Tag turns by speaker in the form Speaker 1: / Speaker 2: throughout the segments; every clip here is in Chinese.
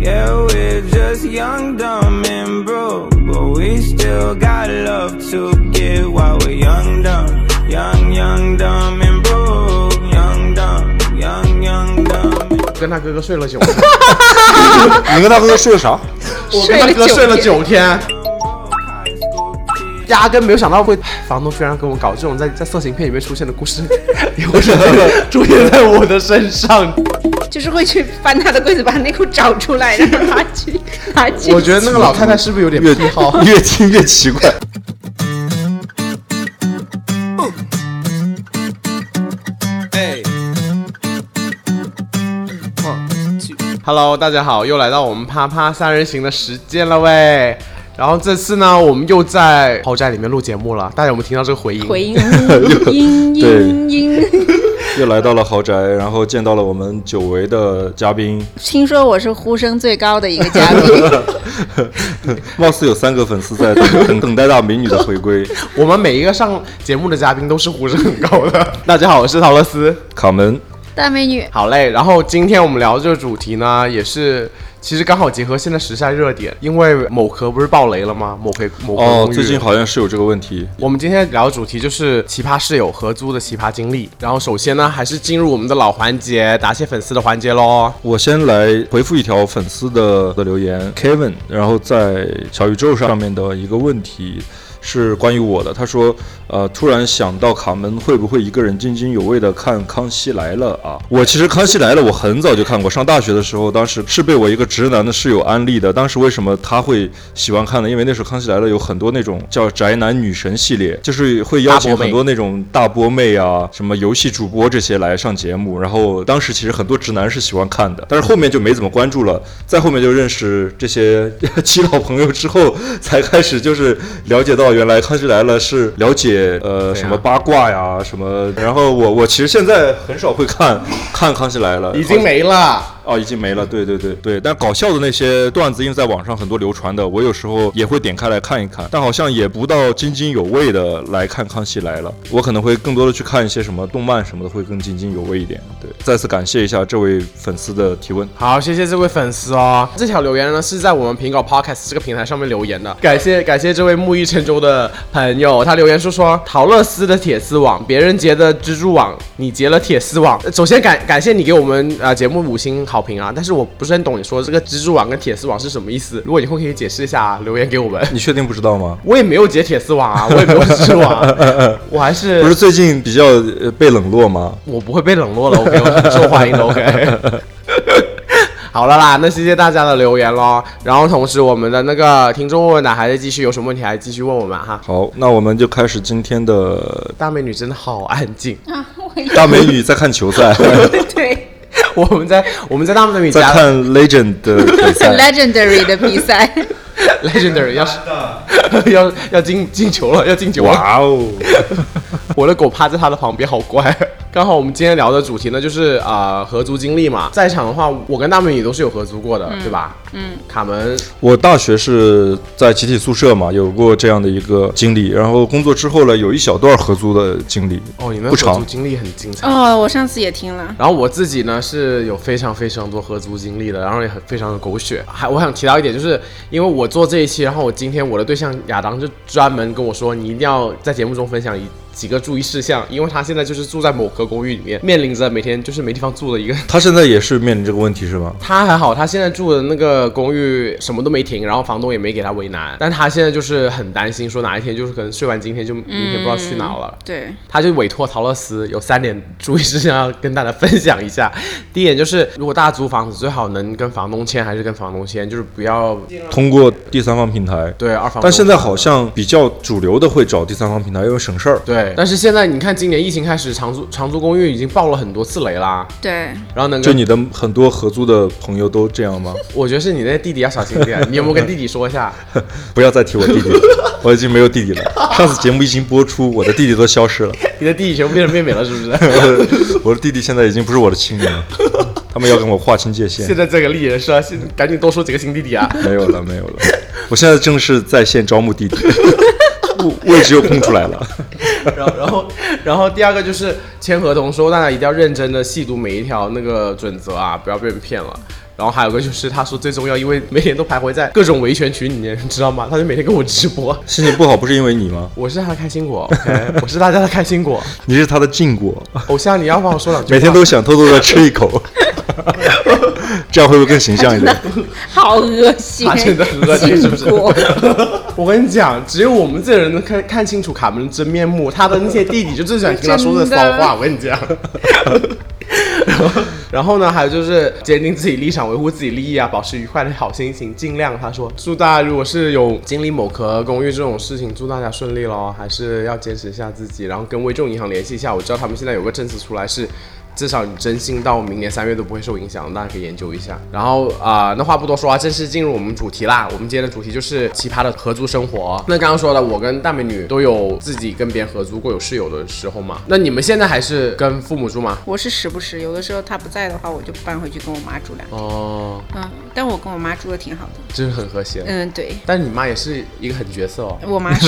Speaker 1: we're just young, dumb, and broke. But we still got love to give while we're young, dumb, young, young, dumb, and broke. Young, dumb, young, young, dumb. And
Speaker 2: 跟他哥哥睡了九天，
Speaker 3: 你跟他哥哥睡的啥？
Speaker 2: 我跟他哥睡了
Speaker 4: 睡了九
Speaker 2: 九天，
Speaker 1: broke high school kid.
Speaker 2: 压根没有想到会房东居然跟我搞这种在在色情片里面出现的故事，也会出现出现在我的身上。
Speaker 4: 就是会去翻他的柜子，把内裤找出来，然后拿去拿 去。
Speaker 2: 我觉得那个老太太是不是有点
Speaker 3: 越
Speaker 2: 癖好？
Speaker 3: 越听越奇怪。
Speaker 1: Hey.
Speaker 2: Hello，大家好，又来到我们啪啪三人行的时间了喂。然后这次呢，我们又在豪宅里面录节目了。大家有没有听到这个回音？
Speaker 4: 回音音音音，
Speaker 3: 又来到了豪宅，然后见到了我们久违的嘉宾，
Speaker 4: 听说我是呼声最高的一个嘉 宾，
Speaker 3: 貌似有三个粉丝在等等等待到美女的回归。
Speaker 2: 我们每一个上节目的嘉宾都是呼声很高的。 大家好，我是陶乐斯。
Speaker 3: 卡门，
Speaker 4: 大 美女，
Speaker 2: 好嘞，然后今天我们聊这个主题呢，也是其实刚好结合现在时下热点，因为某壳不是爆雷了吗？某壳某壳
Speaker 3: 哦
Speaker 2: 公，寓
Speaker 3: 最近好像是有这个问题。
Speaker 2: 我们今天聊的主题就是奇葩室友合租的奇葩经历。然后首先呢，还是进入我们的老环节，答谢粉丝的环节喽。
Speaker 3: 我先来回复一条粉丝的的留言，Kevin，然后在小宇宙上面的一个问题是关于我的，他说，呃，突然想到卡门会不会一个人津津有味的看《康熙来了》啊？我其实《康熙来了》我很早就看过，上大学的时候，当时是被我一个直男的室友安利的。当时为什么他会喜欢看呢？因为那时候《康熙来了》有很多那种叫宅男女神系列，就是会邀请
Speaker 2: 大波妹
Speaker 3: 很多那种大波妹啊，什么游戏主播这些来上节目，然后当时其实很多直男是喜欢看的，但是后面就没怎么关注了。再后面就认识这些基佬朋友之后，才开始就是了解到原来《康熙来了》是了解呃、什么八卦呀什么。然后我我其实现在很少会看看《康熙来了》，
Speaker 2: 已经没了。
Speaker 3: 哦，已经没了。对对对对，但搞笑的那些段子，因为在网上很多流传的，我有时候也会点开来看一看，但好像也不到津津有味的来看《康熙来了》。我可能会更多的去看一些什么动漫什么的，会更津津有味一点。对，再次感谢一下这位粉丝的提问。
Speaker 2: 好，谢谢这位粉丝哦。这条留言呢是在我们苹果 Podcast 这个平台上面留言的，感谢感谢这位沐浴沉舟的朋友，他留言说说陶乐斯的铁丝网，别人结的蜘蛛网，你结了铁丝网。首先感感谢你给我们呃节目五星好评啊，但是我不是很懂你说这个蜘蛛网跟铁丝网是什么意思，如果以后可以解释一下、啊，留言给我们。
Speaker 3: 你确定不知道吗？
Speaker 2: 我也没有结铁丝网啊，我也没有蜘蛛网啊，我还是
Speaker 3: 不是最近比较呃被冷落吗？
Speaker 2: 我不会被冷落了，OK，我很受欢迎的，OK。好了啦，那谢谢大家的留言喽。然后同时我们的那个听众问答还在继续，有什么问题还继续问我们哈。
Speaker 3: 好，那我们就开始今天的
Speaker 2: 大美女真的好安静，
Speaker 4: 啊，我也
Speaker 3: 大美女在看球赛，
Speaker 4: 对
Speaker 2: 我们在我们在大美女
Speaker 3: 在
Speaker 2: 家
Speaker 3: 看 Legend 的比
Speaker 4: 很
Speaker 3: 赛。
Speaker 4: legendary 的比赛，
Speaker 2: Legendary 要是 要要进进球了，要进球了。
Speaker 3: 哇哦！
Speaker 2: 我的狗趴在它的旁边，好乖。 刚好我们今天聊的主题呢，就是呃合租经历嘛。在场的话，我跟大美女都是有合租过的，对吧？嗯。卡门
Speaker 3: 我大学是在集体宿舍嘛，有过这样的一个经历，然后工作之后呢，有一小段合租的经历，
Speaker 2: 哦，你们
Speaker 3: 不
Speaker 2: 合租
Speaker 3: 长，
Speaker 2: 经历很精彩。
Speaker 4: 哦，我上次也听了。
Speaker 2: 然后我自己呢是有非常非常多合租经历的，然后也很非常的狗血。还我想提到一点，就是因为我做这一期，然后我今天我的对象亚当就专门跟我说，你一定要在节目中分享一几个注意事项，因为他现在就是住在某个公寓里面，面临着每天就是没地方住的一个
Speaker 3: 他现在也是面临这个问题是吗？
Speaker 2: 他还好，他现在住的那个公寓什么都没停，然后房东也没给他为难，但他现在就是很担心，说哪一天就是可能睡完今天就明天不知道去哪了。
Speaker 4: 对，
Speaker 2: 他就委托陶乐斯有三点注意事项要跟大家分享一下。 第一点就是，如果大家租房子，最好能跟房东签还是跟房东签，就是不要
Speaker 3: 通过第三方平台，
Speaker 2: 啊对二房东。
Speaker 3: 但现在好像比较主流的会找第三方平台，因为省事儿。
Speaker 2: 对，但是现在你看，今年疫情开始，长租长租公寓已经爆了很多次雷啦。
Speaker 4: 对，
Speaker 2: 然后能
Speaker 3: 就
Speaker 2: 跟，
Speaker 3: 你的很多合租的朋友都这样吗？
Speaker 2: 我觉得是你那弟弟要小心一点，你有没有跟弟弟说一下？
Speaker 3: 不要再提我弟 弟了，我已经没有弟弟了。上次节目一经播出，我的弟弟都消失了，
Speaker 2: 你的弟弟全部变成妹妹了，是不是？
Speaker 3: 我的弟弟现在已经不是我的亲人了，他们要跟我划清界限
Speaker 2: 现。在这个丽人设，现赶紧多说几个新弟弟啊！
Speaker 3: 没有了，没有了。我现在正是在线招募弟 弟，位位置又空出来了。
Speaker 2: 然后，然后，然后第二个就是签合同的时候，大家一定要认真的细读每一条那个准则啊，不要被人骗了。然后还有个就是他说最重要，因为每天都徘徊在各种维权群里面，你知道吗？他就每天跟我直播，
Speaker 3: 心情不好不是因为你吗？
Speaker 2: 我是他的开心果 ，OK，我是大家的开心果。
Speaker 3: 你是他的禁果，
Speaker 2: 偶像，你要帮我说两句话。
Speaker 3: 每天都想偷偷的吃一口， 这样会不会更形象一点？
Speaker 4: 好恶心，
Speaker 2: 他真的很恶心，是不是
Speaker 4: 禁果？
Speaker 2: 我跟你讲，只有我们这人能看看清楚卡门的真面目，他的那些弟弟就最喜欢听他说的骚话。我跟你讲。 然后，然后呢？还有就是坚定自己立场，维护自己利益啊，保持愉快的好心情，尽量。啊他说，祝大家如果是有经历某壳公寓这种事情，祝大家顺利咯，还是要坚持一下自己，然后跟微众银行联系一下。我知道他们现在有个政策出来是。至少你真心到明年三月都不会受影响，大家可以研究一下。然后啊、那话不多说啊，正式进入我们主题啦。我们今天的主题就是奇葩的合租生活。那刚刚说了，我跟大美女都有自己跟别人合租过，有室友的时候嘛。那你们现在还是跟父母住吗？
Speaker 4: 我是时不时，有的时候他不在的话，我就搬回去跟我妈住两天。
Speaker 2: 哦，
Speaker 4: 嗯，但我跟我妈住的挺好的。
Speaker 2: 真是很和谐。
Speaker 4: 嗯，对，
Speaker 2: 但你妈也是一个狠角色哦。
Speaker 4: 我妈是，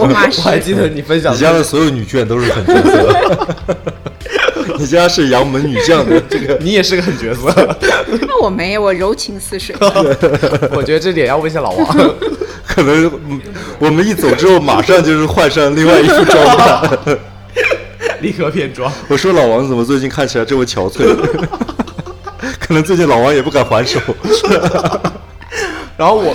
Speaker 4: 我妈
Speaker 2: 我还记
Speaker 4: 是，
Speaker 2: 得你分享
Speaker 3: 你家的所有女眷都是很角色， 你家是杨门女将的这个。
Speaker 2: 你也是个狠角色。
Speaker 4: 那我没有，我柔情似水。
Speaker 2: 我觉得这点要问一下老王。
Speaker 3: 可能嗯我们一走之后，马上就是换上另外一副装 扮。
Speaker 2: 立刻变装，
Speaker 3: 我说老王怎么最近看起来这么憔悴？ 可能最近老王也不敢还手。
Speaker 2: 然后我，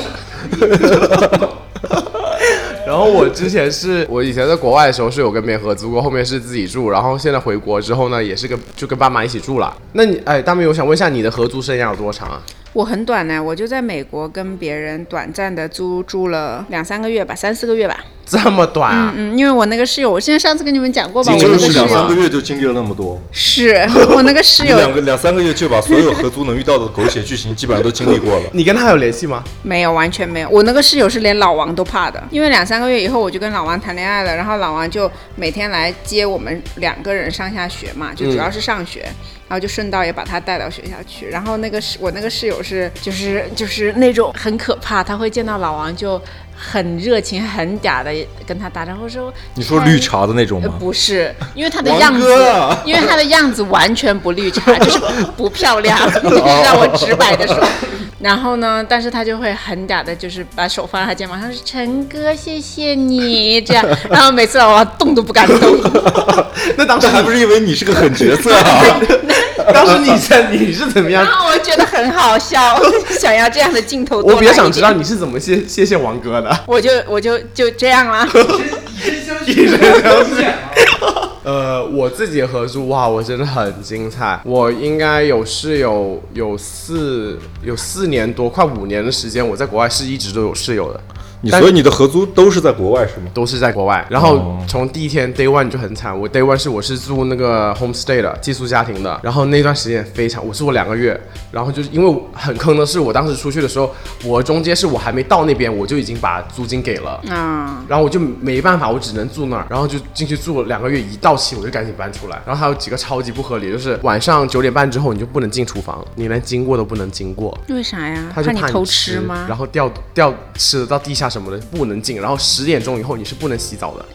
Speaker 2: 然后我之前是我以前在国外的时候是有跟别人合租过，后面是自己住，然后现在回国之后呢，也是跟就跟爸妈一起住了。那你哎，大妹，我想问一下你的合租生涯有多长啊？
Speaker 4: 我很短呢，我就在美国跟别人短暂的租住了两三个月吧，三四个月吧。
Speaker 2: 这么短啊？
Speaker 4: 嗯，因为我那个室友，我现在上次跟你们讲过吧，我
Speaker 3: 就
Speaker 4: 那
Speaker 3: 是
Speaker 4: 室
Speaker 3: 两三个
Speaker 4: 友
Speaker 3: 月就经历了那么多，
Speaker 4: 是 我那个室
Speaker 3: 你两
Speaker 4: 友
Speaker 3: 个两三个月就把所有合租能遇到的狗血剧情基本上都经历过了。
Speaker 2: 你跟他有联系吗？
Speaker 4: 没有完全没有，我那个室友是连老王都怕的，因为两三个月以后我就跟老王谈恋爱了，然后老王就每天来接我们两个人上下学嘛，
Speaker 3: 嗯
Speaker 4: 就主要是上学。然后就顺道也把他带到学校去，然后那个室我那个室友是就是就是那种很可怕，他会见到老王就很热情很嗲的跟他打招呼说，
Speaker 3: 你说绿茶的那种
Speaker 4: 呃，
Speaker 3: 吗？
Speaker 4: 不是，因为他的
Speaker 3: 王
Speaker 4: 样子
Speaker 3: 哥啊，
Speaker 4: 因为他的样子完全不 绿茶，就是不漂亮，让我直白的说。
Speaker 2: 哦
Speaker 4: 然后呢，但是他就会很嗲的，就是把手放在他肩膀上，说：“陈哥，谢谢你。”这样，然后每次我动都不敢动。
Speaker 2: 那当 时
Speaker 3: 这还不是因为你是个狠角色啊！
Speaker 2: 当时你在你是怎么样
Speaker 4: 然？后我觉得很好笑， 我就想要这样的镜头多
Speaker 2: 我比较
Speaker 4: 来一
Speaker 2: 想知道
Speaker 4: 点
Speaker 2: 你是怎么谢谢谢王哥的。
Speaker 4: 我就我就就这样 啦。
Speaker 2: 以身相许。呃，我自己合租哇，我真的很精彩。我应该有室友有四有四年多，快五年的时间，我在国外是一直都有室友的，
Speaker 3: 你
Speaker 2: 但
Speaker 3: 所以你的合租都是在国外是吗？
Speaker 2: 都是在国外。然后
Speaker 3: 哦
Speaker 2: 从第一天 day one 就很惨，我 day one 是我是住那个 homestay 的寄宿家庭的，然后那段时间非常，我住了两个月。然后就是因为很坑的是，我当时出去的时候，我中间是我还没到那边，我就已经把租金给了。
Speaker 4: 啊，
Speaker 2: 然后我就没办法，我只能住那儿，然后就进去住了两个月，一到期我就赶紧搬出来。然后还有几个超级不合理，就是晚上九点半之后你就不能进厨房，你连经过都不能经过。
Speaker 4: 为啥呀？
Speaker 2: 他就
Speaker 4: 你
Speaker 2: 怕
Speaker 4: 偷
Speaker 2: 吃
Speaker 4: 吃吗？
Speaker 2: 然后掉掉吃的到地下什么的不能进，然后十点钟以后你是不能洗澡的，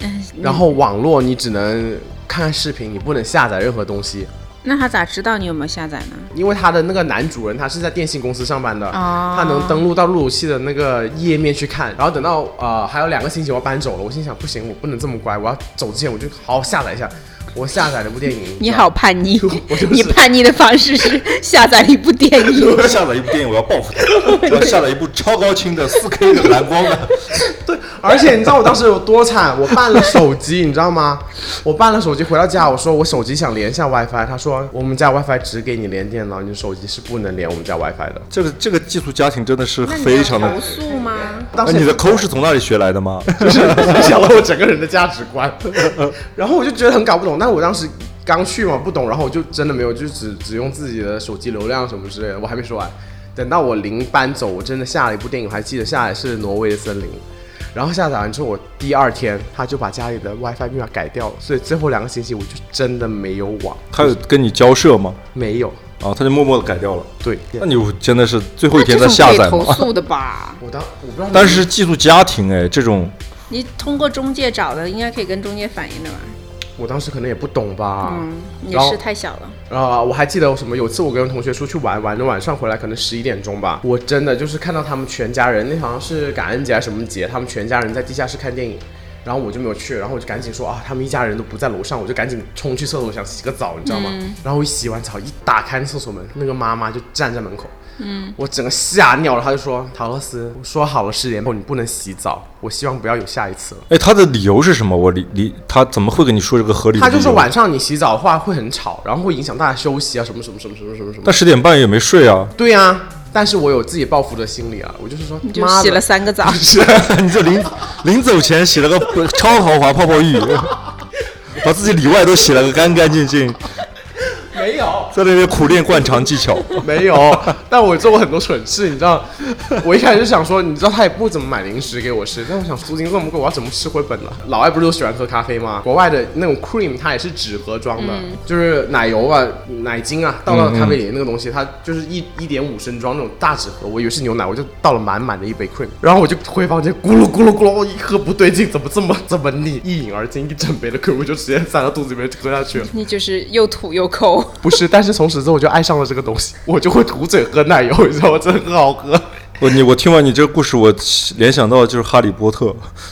Speaker 2: 然后网络你只能看看视频，你不能下载任何东西，
Speaker 4: 那他咋知道你有没有下载呢？
Speaker 2: 因为他的那个男主人他是在电信公司上班的，
Speaker 4: 哦
Speaker 2: 他能登录到路由器的那个页面去看。然后等到呃还有两个星期我要搬走了，我心想不行，我不能这么乖，我要走之前我就好好下载一下。我下载了部电影，
Speaker 4: 你好叛逆
Speaker 2: 我就，是
Speaker 4: 你叛逆的方式是下载一部 电影。
Speaker 3: 下载一部电影，我要报复他！我要下载一部超高清的 4K 的蓝光啊的。
Speaker 2: 而且你知道我当时有多惨？我办了手机，你知道吗？我办了手机回到家，我说我手机想连一下 WiFi，他说我们家 WiFi 只给你连电脑，你的手机是不能连我们家 WiFi 的。
Speaker 3: 这个这个寄宿家庭真的是
Speaker 4: 那你
Speaker 3: 非常的
Speaker 4: 要投。诉吗？
Speaker 2: 当
Speaker 3: 哎
Speaker 2: 时也
Speaker 3: 你的抠是从那里学来的吗？
Speaker 2: 就是影 响了我整个人的价值观。然后我就觉得很搞不懂，但我当时刚去嘛，不懂，然后我就真的没有，就只只用自己的手机流量什么之类的。我还没说完，等到我临搬走，我真的下了一部电影，我还记得下来是《挪威的森林》。然后下载完之后，我第二天他就把家里的 WiFi 密码改掉了，所以最后两个星期我就真的没有网，
Speaker 3: 他有跟你交涉吗？
Speaker 2: 没有。
Speaker 3: 啊，他就默默的改掉了。
Speaker 2: 对，
Speaker 3: 那你真的是最后一天
Speaker 4: 这
Speaker 3: 在
Speaker 4: 种
Speaker 3: 下
Speaker 4: 可以
Speaker 3: 载
Speaker 4: 投
Speaker 3: 吗？
Speaker 4: 诉的吧？
Speaker 2: 我当我不知道，
Speaker 3: 但是寄宿家庭哎，这种
Speaker 4: 你通过中介找的，应该可以跟中介反映的吧？
Speaker 2: 我当时可能也不懂吧，
Speaker 4: 嗯，也
Speaker 2: 然后
Speaker 4: 是太小了。
Speaker 2: 啊、我还记得我什么？有次我跟同学出去玩，玩的晚上回来可能十一点钟吧，我真的就是看到他们全家人，那好像是感恩节还是什么节，他们全家人在地下室看电影，然后我就没有去，然后我就赶紧说啊，他们一家人都不在楼上，我就赶紧冲去厕所想洗个澡，你知道吗？然后我一洗完澡，一打开那厕所门，那个妈妈就站在门口。嗯，我整个吓尿了，她就说：“陶乐斯，我说好了十点后你不能洗澡，我希望不要有下一次了。”
Speaker 3: 哎，他的理由是什么？我理理他怎么会跟你说这个合理的
Speaker 2: 她
Speaker 3: 理由？
Speaker 2: 就说晚上你洗澡的话会很吵，然后会影响大家休息啊，什么什么什么什么什么什么。
Speaker 3: 但十点半也没睡啊，
Speaker 2: 对呀、但是我有自己报复的心理啊，我就是说，
Speaker 4: 就
Speaker 2: 妈
Speaker 4: 洗
Speaker 2: 的
Speaker 4: 了，三个澡，啊
Speaker 3: 你这临临走前洗了个超豪华泡泡浴，把自己里外都洗了个干干净净，
Speaker 2: 没有
Speaker 3: 在那边苦练灌肠技巧。
Speaker 2: 没有，但我做过很多蠢事，你知道， 我一开始就想说，你知道他也不怎么买零食给我吃，但我想租金这么贵，我要怎么吃回本呢？老外不是都喜欢喝咖啡吗？国外的那种 cream 它也是纸盒装的，就是奶油啊、奶精啊，倒到咖啡里那个东西，它就是一一点五升装那种大纸盒，我以为是牛奶，我就倒了满满的一杯 cream，然后我就回房间咕噜咕噜咕噜，我一喝不对劲，怎么这么这么腻？一饮而尽，一整杯的 cream 我就直接塞到肚子里面喝下去了。
Speaker 4: 你就是又吐又抠。
Speaker 2: 不是，但是从此之后我就爱上了这个东西， 我就会捂嘴喝奶油， 你知道吗？真的很好喝。
Speaker 3: 我你我听完你这个故事，我联想到就是《哈利波特》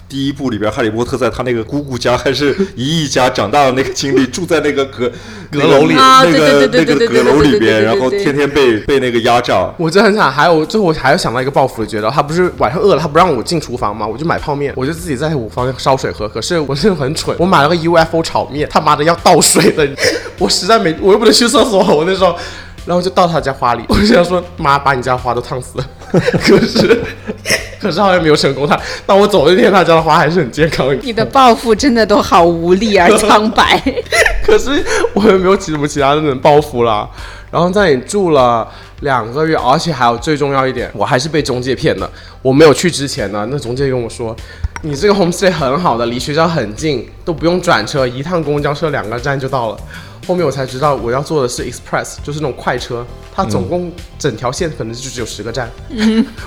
Speaker 3: 第一部里边，哈利波特在他那个姑姑家还是姨姨家长大的那个经历，住在那个阁
Speaker 2: 阁楼里
Speaker 4: 啊
Speaker 3: 那个
Speaker 4: 对
Speaker 3: 那
Speaker 4: 对对
Speaker 3: 个那个
Speaker 4: 对对
Speaker 3: 阁楼里
Speaker 4: 对对对对
Speaker 3: 边，
Speaker 4: 对
Speaker 3: 然后
Speaker 4: 对
Speaker 3: 天天被被那个压榨。
Speaker 2: 我真的很想，还有最后我还有想到一个报复的绝招，他不是晚上饿了，他不让我进厨房嘛，我就买泡面，我就自己在我房间烧水喝。可是我真的很蠢，我买了个 UFO 炒面，他妈的要倒水的，我实在没，我又不能去厕所，我那时候。然后就倒他家花里，我 就想说妈，把你家花都烫死了。 可是，可是好像没有成功。他当我走的那天，他家的花还是很健康。
Speaker 4: 你的报复真的都好无 力而苍白。
Speaker 2: 可是我也没有其什么其他的能报复啦。然后在那里住了两个月，而且还有最重要一点，我还是被中介骗的。我没有去之前呢，那中介跟我说，你这个 homestay 很好的，离学校很近，都不用转车，一趟公交车两个站就到了。后面我才知道我要坐的是 express，就是那种快车，它总共整条线可能就只有十个站。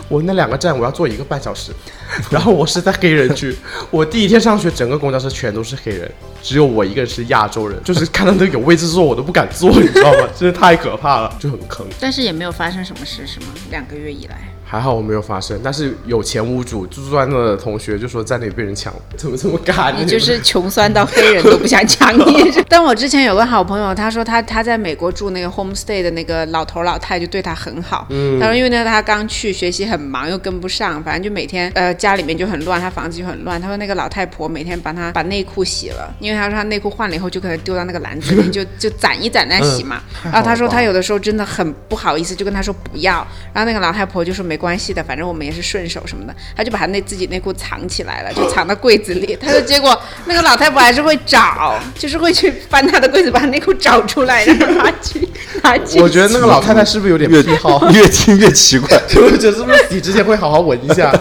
Speaker 2: 我那两个站我要坐一个半小时， 然后我是在黑人区，我第一天上学，整个公交车全都是黑人，只有我一个人是亚洲人，就是看到那个有位置坐我都不敢坐，你知道吗？ 真的太可怕了，就很坑。
Speaker 4: 但是也没有发生什么事，是吗？两个月以来，
Speaker 2: 还好我没有发生，但是有前屋主住在那的同学就说在那里被人抢了，怎么这么尬？
Speaker 4: 你
Speaker 2: 们
Speaker 4: 就是穷酸到黑人都不想抢 你。但我之前有个好朋友，他说他他在美国住那个 homestay 的那个老头老太就对他很好。嗯，他说因为呢他刚去学习很忙又跟不上，反正就每天呃家里面就很乱，他房子就很乱。他说那个老太婆每天帮他把内裤洗了，因为他说他内裤换了以后就可以丢到那个篮子里，就就攒一攒那
Speaker 2: 嗯
Speaker 4: 洗嘛。然后他说他有的时候真的很不好意思，就跟他说不要，然后那个老太婆就说没关系的，反正我们也是顺手什么的，他就把他那自己内裤藏起来了，就藏到柜子里。他说结果那个老太婆还是会找，就是会去翻他的柜子，把内裤找出来，然后拿去拿去。
Speaker 2: 我觉得那个老太太是不是有点
Speaker 3: 越
Speaker 2: 癖 好？
Speaker 3: 越听越奇怪，
Speaker 2: 我觉得是不是洗之前会好好闻一 下？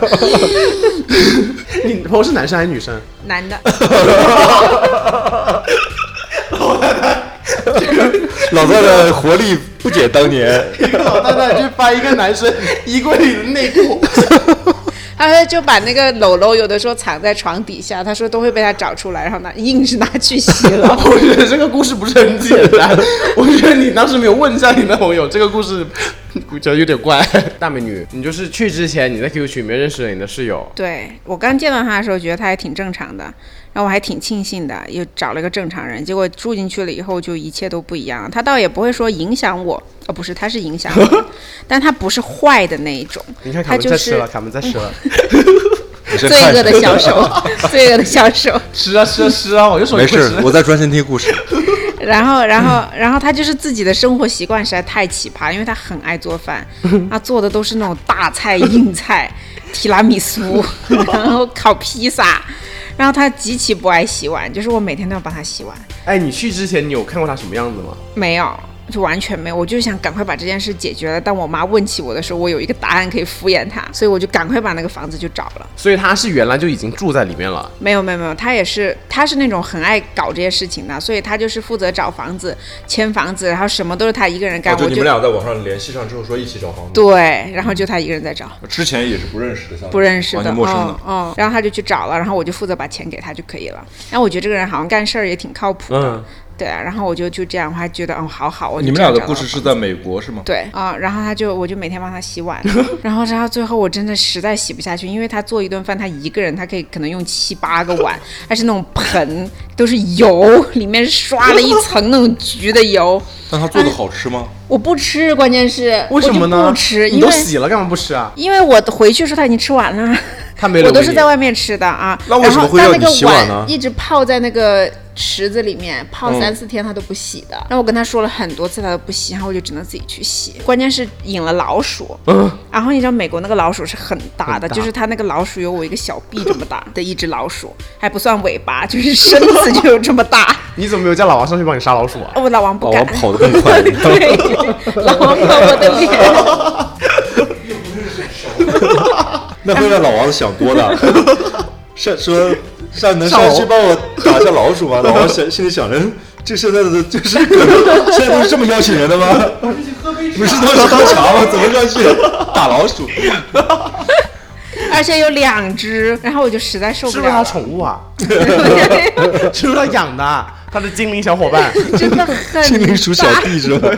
Speaker 2: 你朋友是男生还是女 生？
Speaker 4: 男的，
Speaker 3: 老太太活力不减当年。
Speaker 2: 一个老太太去翻一个男生衣柜里的内裤，
Speaker 4: 他说就把那个篓篓有的时候藏在床底下，他说都会被他找出来，然后拿硬是拿去洗了。
Speaker 2: 我觉得这个故事不是很简 单。我觉得你当时没有问一下你的朋友，这个故事我觉得有点怪。 大美女，你就是去之前你在 QQ 群里面认识了你的室友，
Speaker 4: 对我刚见到他的时候，觉得他还挺正常的，然后我还挺庆幸的，又找了个正常人。结果住进去了以后，就一切都不一样了。他倒也不会说影响我，哦，不是，他是影响 我，但他不是坏的那一种，
Speaker 2: 你看卡
Speaker 4: 他
Speaker 2: 门
Speaker 4: 就
Speaker 2: 在吃
Speaker 4: 是嗯
Speaker 2: 了，卡门在吃了，
Speaker 3: 你
Speaker 4: 罪
Speaker 3: 是看
Speaker 4: 恶
Speaker 3: 谁
Speaker 4: 的小手，罪恶的小手。
Speaker 2: 吃啊吃啊吃啊！我就说
Speaker 3: 没
Speaker 2: 你会
Speaker 3: 事
Speaker 2: 吃，。
Speaker 3: 我在专心听故事。
Speaker 4: 然后，然后，
Speaker 3: 嗯
Speaker 4: 然后他就是自己的生活习惯实在太奇葩，因为他很爱做 饭，他做的都是那种大菜、硬菜、提拉米 苏，然后烤披萨，然后他极其不爱洗碗，就是我每天都要帮他洗碗。
Speaker 2: 哎，你去之前你有看过他什么样子吗？
Speaker 4: 没有，就完全没有，我就想赶快把这件事解决了。当我妈问起我的时候，我有一个答案可以敷衍她，所以我就赶快把那个房子就找了。
Speaker 2: 所以他是原来就已经住在里面了。
Speaker 4: 没有没有没有，他也是他是那种很爱搞这些事情的，所以他就是负责找房子、签房子，然后什么都是他一个人干。
Speaker 3: 哦，就
Speaker 4: 我
Speaker 3: 你
Speaker 4: 就
Speaker 3: 们俩在网上联系上之后说一起找房子，
Speaker 4: 对，然后就他一个人在找，
Speaker 3: 之前也是不认识的，相当于
Speaker 4: 不认识
Speaker 3: 完
Speaker 4: 的，
Speaker 3: 全陌生的
Speaker 4: 嗯。嗯，然后他就去找了，然后我就负责把钱给他就可以了。然后我觉得这个人好像干事儿也挺靠谱的，
Speaker 2: 嗯，
Speaker 4: 对啊。然后我就就这样，我还觉得哦，好好，我就
Speaker 3: 你们
Speaker 4: 这样
Speaker 3: 俩的
Speaker 4: 找
Speaker 3: 故
Speaker 4: 到
Speaker 3: 事
Speaker 4: 了
Speaker 3: 是
Speaker 4: 房子
Speaker 3: 在美国是吗？
Speaker 4: 对啊、然后他就我就每天帮他洗碗， 然后他最后我真的实在洗不下去，因为他做一顿饭，他一个人他可以可能用七八个碗，还是那种盆都是油，里面刷了一层那种橘的油，
Speaker 3: 但他做的好吃吗？
Speaker 4: 我不吃，关键是
Speaker 2: 为什么
Speaker 4: 我
Speaker 2: 呢？
Speaker 4: 就不吃，
Speaker 2: 你
Speaker 4: 因
Speaker 2: 都
Speaker 4: 为
Speaker 2: 洗了，干嘛不吃啊？
Speaker 4: 因为我回去的时候他已经吃完了，
Speaker 2: 他没留
Speaker 4: 我都
Speaker 2: 给
Speaker 4: 是
Speaker 2: 你
Speaker 4: 在外面吃的啊。
Speaker 3: 那为
Speaker 4: 然
Speaker 3: 什么
Speaker 4: 后
Speaker 3: 会
Speaker 4: 但
Speaker 3: 让
Speaker 4: 那
Speaker 3: 你
Speaker 4: 个
Speaker 3: 洗碗
Speaker 4: 碗
Speaker 3: 呢
Speaker 4: 一直泡在那个池子里面泡
Speaker 3: 嗯
Speaker 4: 三四天，他都不洗的。然后我跟他说了很多次，他都不洗，然后我就只能自己去洗。关键是引了老鼠，
Speaker 3: 嗯
Speaker 4: 然后你知道美国那个老鼠是很大的，
Speaker 2: 很大
Speaker 4: 就是它那个老鼠有我一个小臂这么大的一只老鼠，还不算尾巴，就是身子就有这么大。哦
Speaker 2: 你怎么没有叫老王上去帮你杀老鼠啊？
Speaker 4: 我老王不
Speaker 3: 老
Speaker 4: 敢，
Speaker 3: 王，跑得更快
Speaker 4: 对，老王碰我的脸。
Speaker 3: 那会让老王想 多了。善说善能上去帮我打一下老鼠吗？老王想心里想着，这现在的就是可能现在都是这么邀请人的吗？不是都是喝茶吗？怎么上去打老鼠？
Speaker 4: 而且有两只，然后我就实在受
Speaker 2: 是
Speaker 4: 不
Speaker 2: 不是
Speaker 4: 了
Speaker 2: 他
Speaker 4: 了，
Speaker 2: 宠物 啊？ 是不是他养的啊？他的精灵小伙伴？
Speaker 4: 真 的 很
Speaker 3: 精灵鼠小
Speaker 4: 大
Speaker 3: 弟 是吧？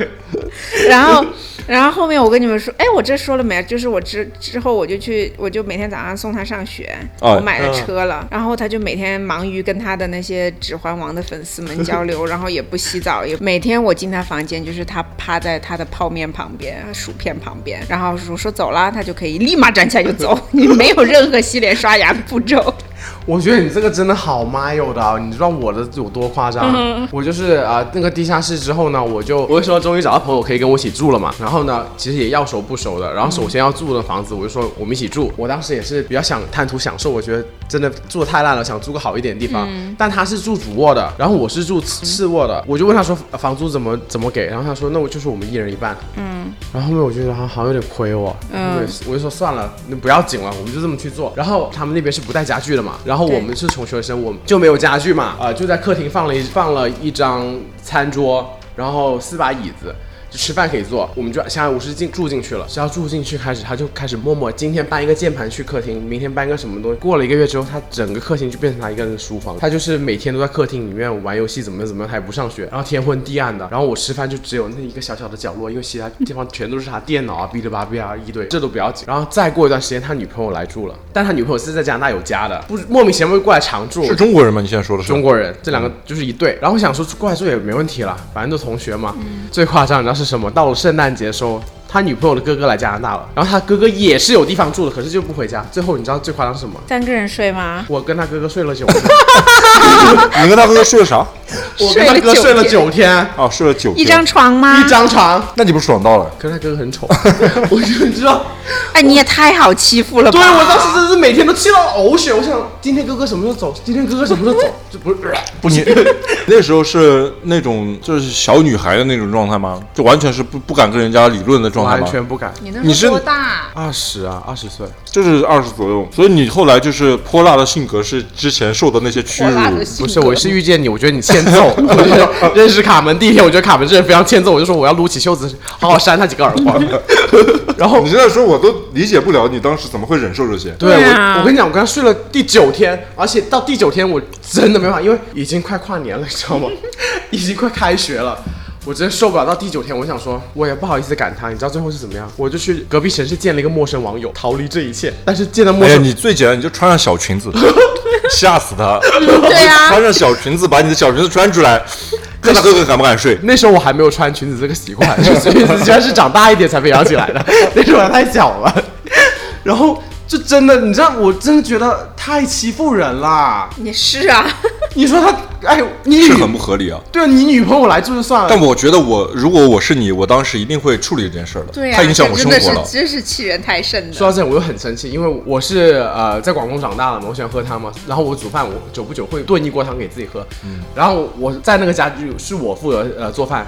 Speaker 4: 然后，然后后面我跟你们说，哎，我这说了没？就是我之之后我就去，我就每天早上送他上学，
Speaker 3: 哦
Speaker 4: 我买了
Speaker 2: 嗯
Speaker 4: 车了，然后他就每天忙于跟他的那些《指环王》的粉丝们 交流，然后也不洗澡，也每天我进他房间，就是他趴在他的泡面旁边、薯片旁边，然后我说走啦，他就可以立马站起来就 走，你没有任何洗脸刷牙步骤。
Speaker 2: 我觉得你这个真的好妈友的啊、你知道我的有多夸张？我就是啊、呃那个地下室之后呢，我就我就说终于找到朋友可以跟我一起住了嘛。然后呢，其实也要熟不熟的。然后首先要住的房子，我就说我们一起住。我当时也是比较想贪图享受，我觉得真的住的太烂了，想租个好一点的地方。但他是住主卧的，然后我是住次次卧的。我就问他说呃房租怎么怎么给，然后他说那我就是我们一人一半。然后后面我就觉得好像有点亏我，嗯，我就说算了，那不要紧了，我们就这么去做。然后他们那边是不带家具的嘛，然后
Speaker 4: 对
Speaker 2: 我们是穷学生，我们就没有家具嘛，呃，就在客厅放了一放了一张餐桌，然后四把椅子。就吃饭可以坐，我们就相当于我是进住进去了。只要住进去开始，他就开始默默今天搬一个键盘去客厅，明天搬个什么东西。过了一个月之后，他整个客厅就变成他一个人的书房，他就是每天都在客厅里面玩游戏，怎么样怎么样，他也不上学，然后天昏地暗的。然后我吃饭就只有那一个小小的角落，因为其他地方全都是他电脑啊、哔哩吧哔啊一堆，这都不要紧。然后再过一段时间，他女朋友来住了，但他女朋友是在加拿大有家的，不莫名其妙就过来常住。
Speaker 3: 是中国人吗？你现在说的是
Speaker 2: 中？国人，这两个就是一对。然后我想说过来住也没问题了，反正都同学嘛。最夸张你知道是什么？到了圣诞节的时候，他女朋友的哥哥来加拿大了，然后他哥哥也是有地方住的，可是就不回家。最后你知道最夸张是什么？
Speaker 4: 三个人睡吗？
Speaker 2: 我跟他哥哥睡了九，
Speaker 3: 你跟他哥哥睡了啥？
Speaker 2: 我跟他哥睡了九天，
Speaker 3: 啊，睡了九
Speaker 4: 一
Speaker 3: 天
Speaker 4: 张，床吗？
Speaker 2: 一。张床。
Speaker 3: 那你不是爽到了？
Speaker 2: 可是他哥哥很 丑，我就知道，
Speaker 4: 哎，你也太好欺负了吧！
Speaker 2: 对我当时真是每天都气到呕血。我想今天哥哥什么时候走？今天哥哥什么时候 走？就不是，
Speaker 3: 不， 你那时候是那种就是小女孩的那种状态吗？就完全是不不敢跟人家理论的状态
Speaker 2: 完
Speaker 3: 吗？
Speaker 2: 全不敢。
Speaker 4: 你那
Speaker 3: 你是
Speaker 4: 时候多大？
Speaker 2: 二十啊，二十岁，
Speaker 3: 就是二十左右，所以你后来就是泼辣的性格是之前受的那些屈
Speaker 4: 泼辣
Speaker 3: 辱
Speaker 4: 的，性
Speaker 2: 不是，我是遇见你，我觉得你欠揍。 我认识卡门第一天，我觉得卡门这人非常欠揍，我就说我要撸起袖子好好扇他几个耳 光。然后
Speaker 3: 哦你现在说我都理解不了，你当时怎么会忍受这些？
Speaker 2: 对
Speaker 4: 对啊
Speaker 2: 我，我跟你讲，我跟他睡了第九天，而且到第九天我真的没办法，因为已经快跨年了，你知道吗？ 已经快开学了。我真受不了，到第九天，我想说，我也不好意思赶他，你知道最后是怎么样？我就去隔壁城市见了一个陌生网友，逃离这一切。但是见到陌
Speaker 3: 哎呀，
Speaker 2: 生，
Speaker 3: 你最简单，你就穿上小裙子，吓死他！
Speaker 4: 对啊
Speaker 3: 穿上小裙子，把你的小裙子穿出来，看他哥哥敢不敢睡。
Speaker 2: 那时候我还没有穿裙子这个习 惯，就是裙子居然是长大一点才培养起来 的，那时候还太小了。 然后就真的，你知道，我真的觉得太欺负人啦！
Speaker 4: 也是啊，
Speaker 2: 你说他，哎，你
Speaker 3: 是
Speaker 2: 女
Speaker 3: 很不合理啊！
Speaker 2: 对你女朋友来住就算
Speaker 3: 但
Speaker 2: 了，
Speaker 3: 我觉得我，如果我是你，我当时一定会处理这件事儿的。
Speaker 4: 对啊，
Speaker 3: 太影响我
Speaker 4: 这
Speaker 3: 生
Speaker 4: 真
Speaker 3: 活
Speaker 4: 的
Speaker 3: 了
Speaker 4: 是。真是欺人太甚
Speaker 2: 说
Speaker 4: 了。
Speaker 2: 到这，我又很生气，因为我是呃在广东长大了嘛，我喜欢喝汤嘛，然后我煮饭，我久嗯不久会炖一锅汤给自己喝，然后我在那个家就，是我负责呃做饭。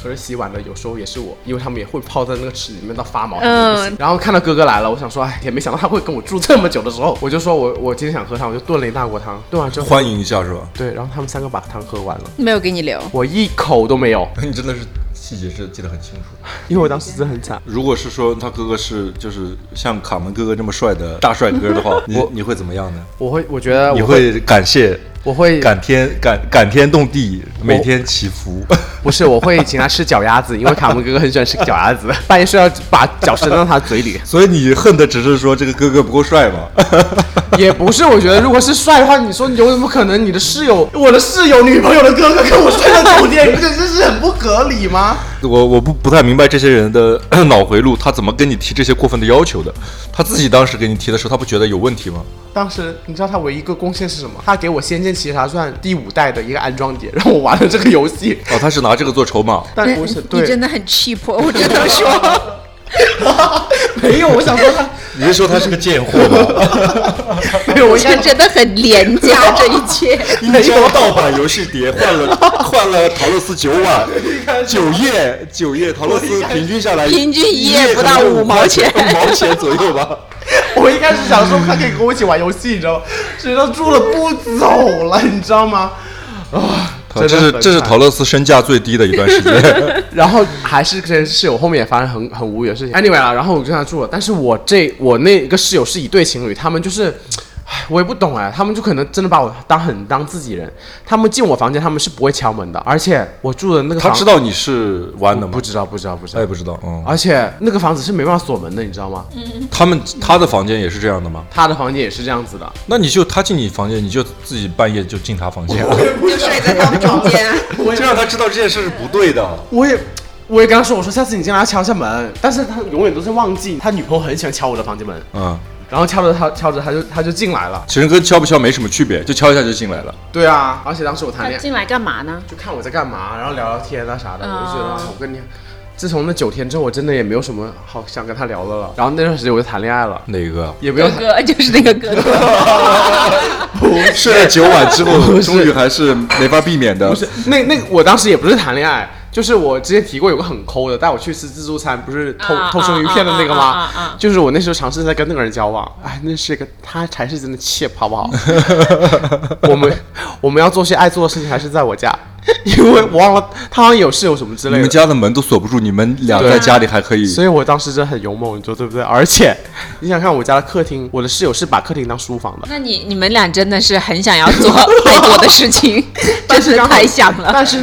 Speaker 2: 可是洗碗的有时候也是我，因为他们也会泡在那个池里面到发毛，
Speaker 4: 嗯
Speaker 2: 他们也不洗然后看到哥哥来了，我想说，哎，也没想到他会跟我住这么久的时候，我就说我我今天想喝汤，我就炖了一大锅汤，炖完 之后，
Speaker 3: 欢迎一下是吧？
Speaker 2: 对，然后他们三个把汤喝完了，
Speaker 4: 没有给你留。
Speaker 2: 我一口都没有，
Speaker 3: 你真的是细节是记得很清楚。
Speaker 2: 因为我当时真的很惨。
Speaker 3: 如果是说他哥哥是就是像卡门哥哥这么帅的大帅哥的 话，你你会怎么样呢？
Speaker 2: 我会，我觉得
Speaker 3: 你
Speaker 2: 我
Speaker 3: 会感谢，
Speaker 2: 我会
Speaker 3: 感天感感天动地，每天祈福。
Speaker 2: 不是，我会请他吃脚丫子，因为卡门哥哥很喜欢吃脚丫子， 半夜睡觉把脚伸到他嘴 里。
Speaker 3: 所以你恨的只是说这个哥哥不够帅嘛？
Speaker 2: 也不是，我觉得如果是帅的话，你说有怎么可能？你的室友，我的室友女朋友的哥哥跟我睡在酒店，你不觉得这是很不合理吗？
Speaker 3: 我我不不太明白这些人的 脑回路，他怎么跟你提这些过分的要求的？他自己当时给你提的时候，他不觉得有问题吗？
Speaker 2: 当时你知道他唯一一个贡献是什么？他给我《仙剑奇侠传》第五代的一个安装碟，让我玩了这个游戏。
Speaker 3: 哦，他是拿这个做筹码。
Speaker 2: 但哎不是
Speaker 4: 你
Speaker 2: 对，
Speaker 4: 真的很 cheap，我只能说。
Speaker 2: 没有，我想说他
Speaker 3: 你是说他是个贱货吗？
Speaker 2: 没有，我应
Speaker 4: 这
Speaker 2: 该
Speaker 4: 真的很廉价，这一切。
Speaker 3: 一张盗版游戏碟换了换了陶乐斯九碗，九夜九夜陶乐斯平均下来
Speaker 4: 平均一夜
Speaker 3: 夜
Speaker 4: 不到五毛钱
Speaker 3: 钱，五毛钱左右 吧。
Speaker 2: 我一开始想说他可以跟我一起玩游戏，你知道吗？谁知道住了不走了，你知道吗？啊，真
Speaker 3: 这是
Speaker 2: 的很
Speaker 3: 这是
Speaker 2: 惨
Speaker 3: 陶乐斯身价最低的一段时间。
Speaker 2: 然后还是跟室友后面也发生很很无语的事情。Anyway 啦，然后我就跟他住了，但是我这我那个室友是一对情侣，他们就是。唉我也不懂哎，他们就可能真的把我当很当自己人。他们进我房间，他们是不会敲门的，而且我住的那个
Speaker 3: 他
Speaker 2: 房
Speaker 3: 知道你是弯的
Speaker 2: 不
Speaker 3: 吗？
Speaker 2: 知道不知哎道不知
Speaker 3: 他
Speaker 2: 道
Speaker 3: 也，不知道。嗯，
Speaker 2: 而且那个房子是没办法锁门的，你知道吗？
Speaker 3: 他们他的房间也是这样的吗？
Speaker 2: 他的房间也是这样子的，
Speaker 3: 那你就他进你房间，你就自己半夜就进他房间，
Speaker 4: 就睡在他们中间啊。
Speaker 3: 这让他知道这件事是不对的。
Speaker 2: 我也。我也跟他说，我说下次你进来要敲一下门，但是他永远都是忘记，他女朋友很喜欢敲我的房间门，
Speaker 3: 嗯，
Speaker 2: 然后敲着他敲着他就他就进来了。
Speaker 3: 其实跟敲不敲没什么区别，就敲一下就进来了。
Speaker 2: 对啊，而且当时我谈
Speaker 4: 他
Speaker 2: 恋爱，
Speaker 4: 进来干嘛呢？
Speaker 2: 就看我在干嘛，然后聊聊天啊啥的，我就觉得
Speaker 4: 啊
Speaker 2: 啊我跟你。自从那九天之后，我真的也没有什么好想跟他聊的了。然后那段时间我就谈恋爱了，
Speaker 3: 哪个？
Speaker 2: 也不
Speaker 4: 哥
Speaker 2: 用谈，
Speaker 4: 哥 就是那个哥哥，
Speaker 3: 睡了九晚之后，
Speaker 2: 不是
Speaker 3: 终于还是没法避免的
Speaker 2: 不。是那那我当时也不是谈恋爱，就是我之前提过有个很抠的，带我去吃自助餐，不是偷、
Speaker 4: 啊
Speaker 2: 偷生鱼片的那个吗？
Speaker 4: 啊啊啊啊啊
Speaker 2: 就是我那时候尝试在跟那个人交往，哎，那是一个他才是真的 cheap 好不好？我们我们要做些爱做的事情，还是在我家，因为我忘了他好像有室友什么之类的
Speaker 3: 你们。家的门都锁不住，你们俩
Speaker 2: 对
Speaker 3: 在家里还可以。
Speaker 2: 所以我当时真的很勇猛，你说对不对？而且 你想看我家的客厅，我的室友是把客厅当书房的，
Speaker 4: 那你你们俩真的是很想要做爱做的事情，真是太想
Speaker 3: 啊
Speaker 4: 了。
Speaker 2: 但是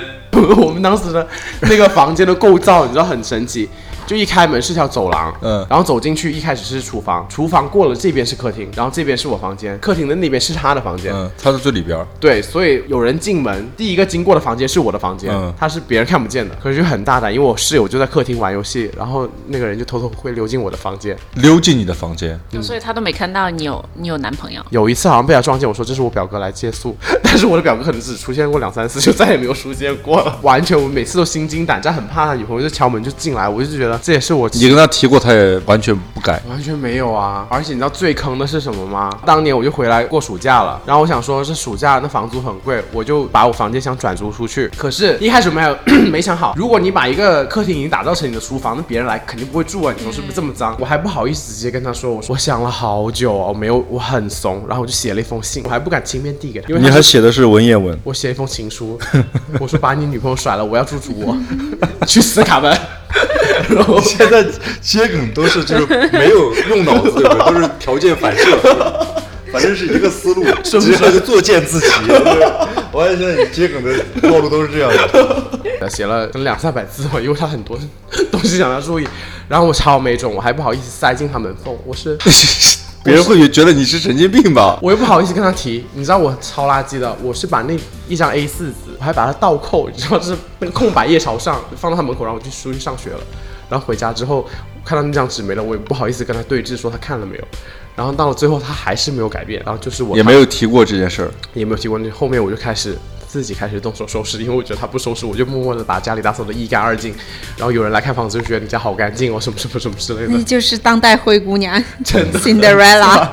Speaker 2: 我们当时的那个房间的构造，你知道很神奇。就一开门是条走廊，
Speaker 3: 嗯
Speaker 2: 然后走进去一开始是厨房，厨房过了这边是客厅，然后这边是我房间，客厅的那边是他的房间，
Speaker 3: 嗯，他在最里边儿。
Speaker 2: 对，所以有人进门，第一个经过的房间是我的房间，
Speaker 3: 嗯
Speaker 2: 他是别人看不见的，可是就很大胆，因为我室友就在客厅玩游戏，然后那个人就偷偷会溜进我的房间，
Speaker 3: 溜进你的房间，
Speaker 4: 嗯所以他都没看到你有你有男朋友。
Speaker 2: 有一次好像被他撞见，我说这是我表哥来借宿， 但是我的表哥可能只出现过两三次，就再也没有出现过了。 完全，我每次都心惊胆战，很怕他女朋友就敲门就进来，我就觉得这也是我
Speaker 3: 你跟他提过，他也完全不改。
Speaker 2: 完全没有啊！而且你知道最坑的是什么吗？当年我就回来过暑假了，然后我想说这暑假那房租很贵，我就把我房间想转租出去。可是，一开始没有 没想好，如果你把一个客厅已经打造成你的书房，那别人来肯定不会住啊！你说是不是这么脏？我还不好意思直接跟他说，我说我想了好久哦，我没有，我很怂，然后我就写了一封信，我还不敢亲面递给他，因为
Speaker 3: 你
Speaker 2: 他
Speaker 3: 还
Speaker 2: 是
Speaker 3: 写的是文言文，
Speaker 2: 我写了一封情书，我说把你女朋友甩了，我要 住主卧，去死卡门！ 然后
Speaker 3: 现在接梗都是就是没有用脑子，对不对？都是条件反 射，反正是一个思路，
Speaker 2: 不是
Speaker 3: 直接就作践自己。我发现现在你接梗的套路都是这样 的。
Speaker 2: 写了可能两三百字吧，因为他很多东西想要注意，然后我超没种，我还不好意思塞进他门缝，我是
Speaker 3: 别人会觉得你是神经病吧？
Speaker 2: 我又不好意思跟他提，你知道我超垃圾的，我是把那一张 A 四纸，我还把它倒扣，你知道，就是那个空白页朝上放到他门口，然后我就出去上学了，然后回家之后看到那张纸没了，我也不好意思跟他对峙，说他看了没有，然后到了最后他还是没有改变，然后就是我
Speaker 3: 也没有提过这件事儿。
Speaker 2: 也没有提过那，后面我就开始自己开始动手收拾，因为我觉得他不收拾，我就默默的把家里打扫的一干二净。然后有人来看房子就觉得你家好干净哦，什么什么什么之类
Speaker 4: 你
Speaker 2: 的。
Speaker 4: 就是当代灰姑娘
Speaker 2: 真的
Speaker 4: Cinderella，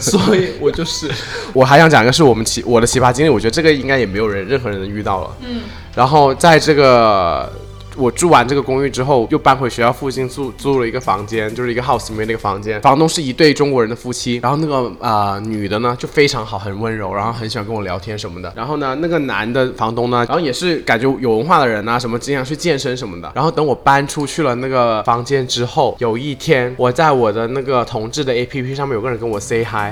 Speaker 2: 所以我就是，我还想讲一个是我们奇我的奇葩经历，我觉得这个应该也没有人任何人遇到了。嗯。然后在这个我住完这个公寓之后，又搬回学校附近租租了一个房间，就是一个 house 里面的一个房间。房东是一对中国人的夫妻，然后那个啊女的呢就非常好，很温柔，然后很喜欢跟我聊天什么的。然后呢，那个男的房东呢，然后也是感觉有文化的人啊，什么经常去健身什么的。然后等我搬出去了那个房间之后，有一天我在我的那个同志的 APP 上面有个人跟我 say hi，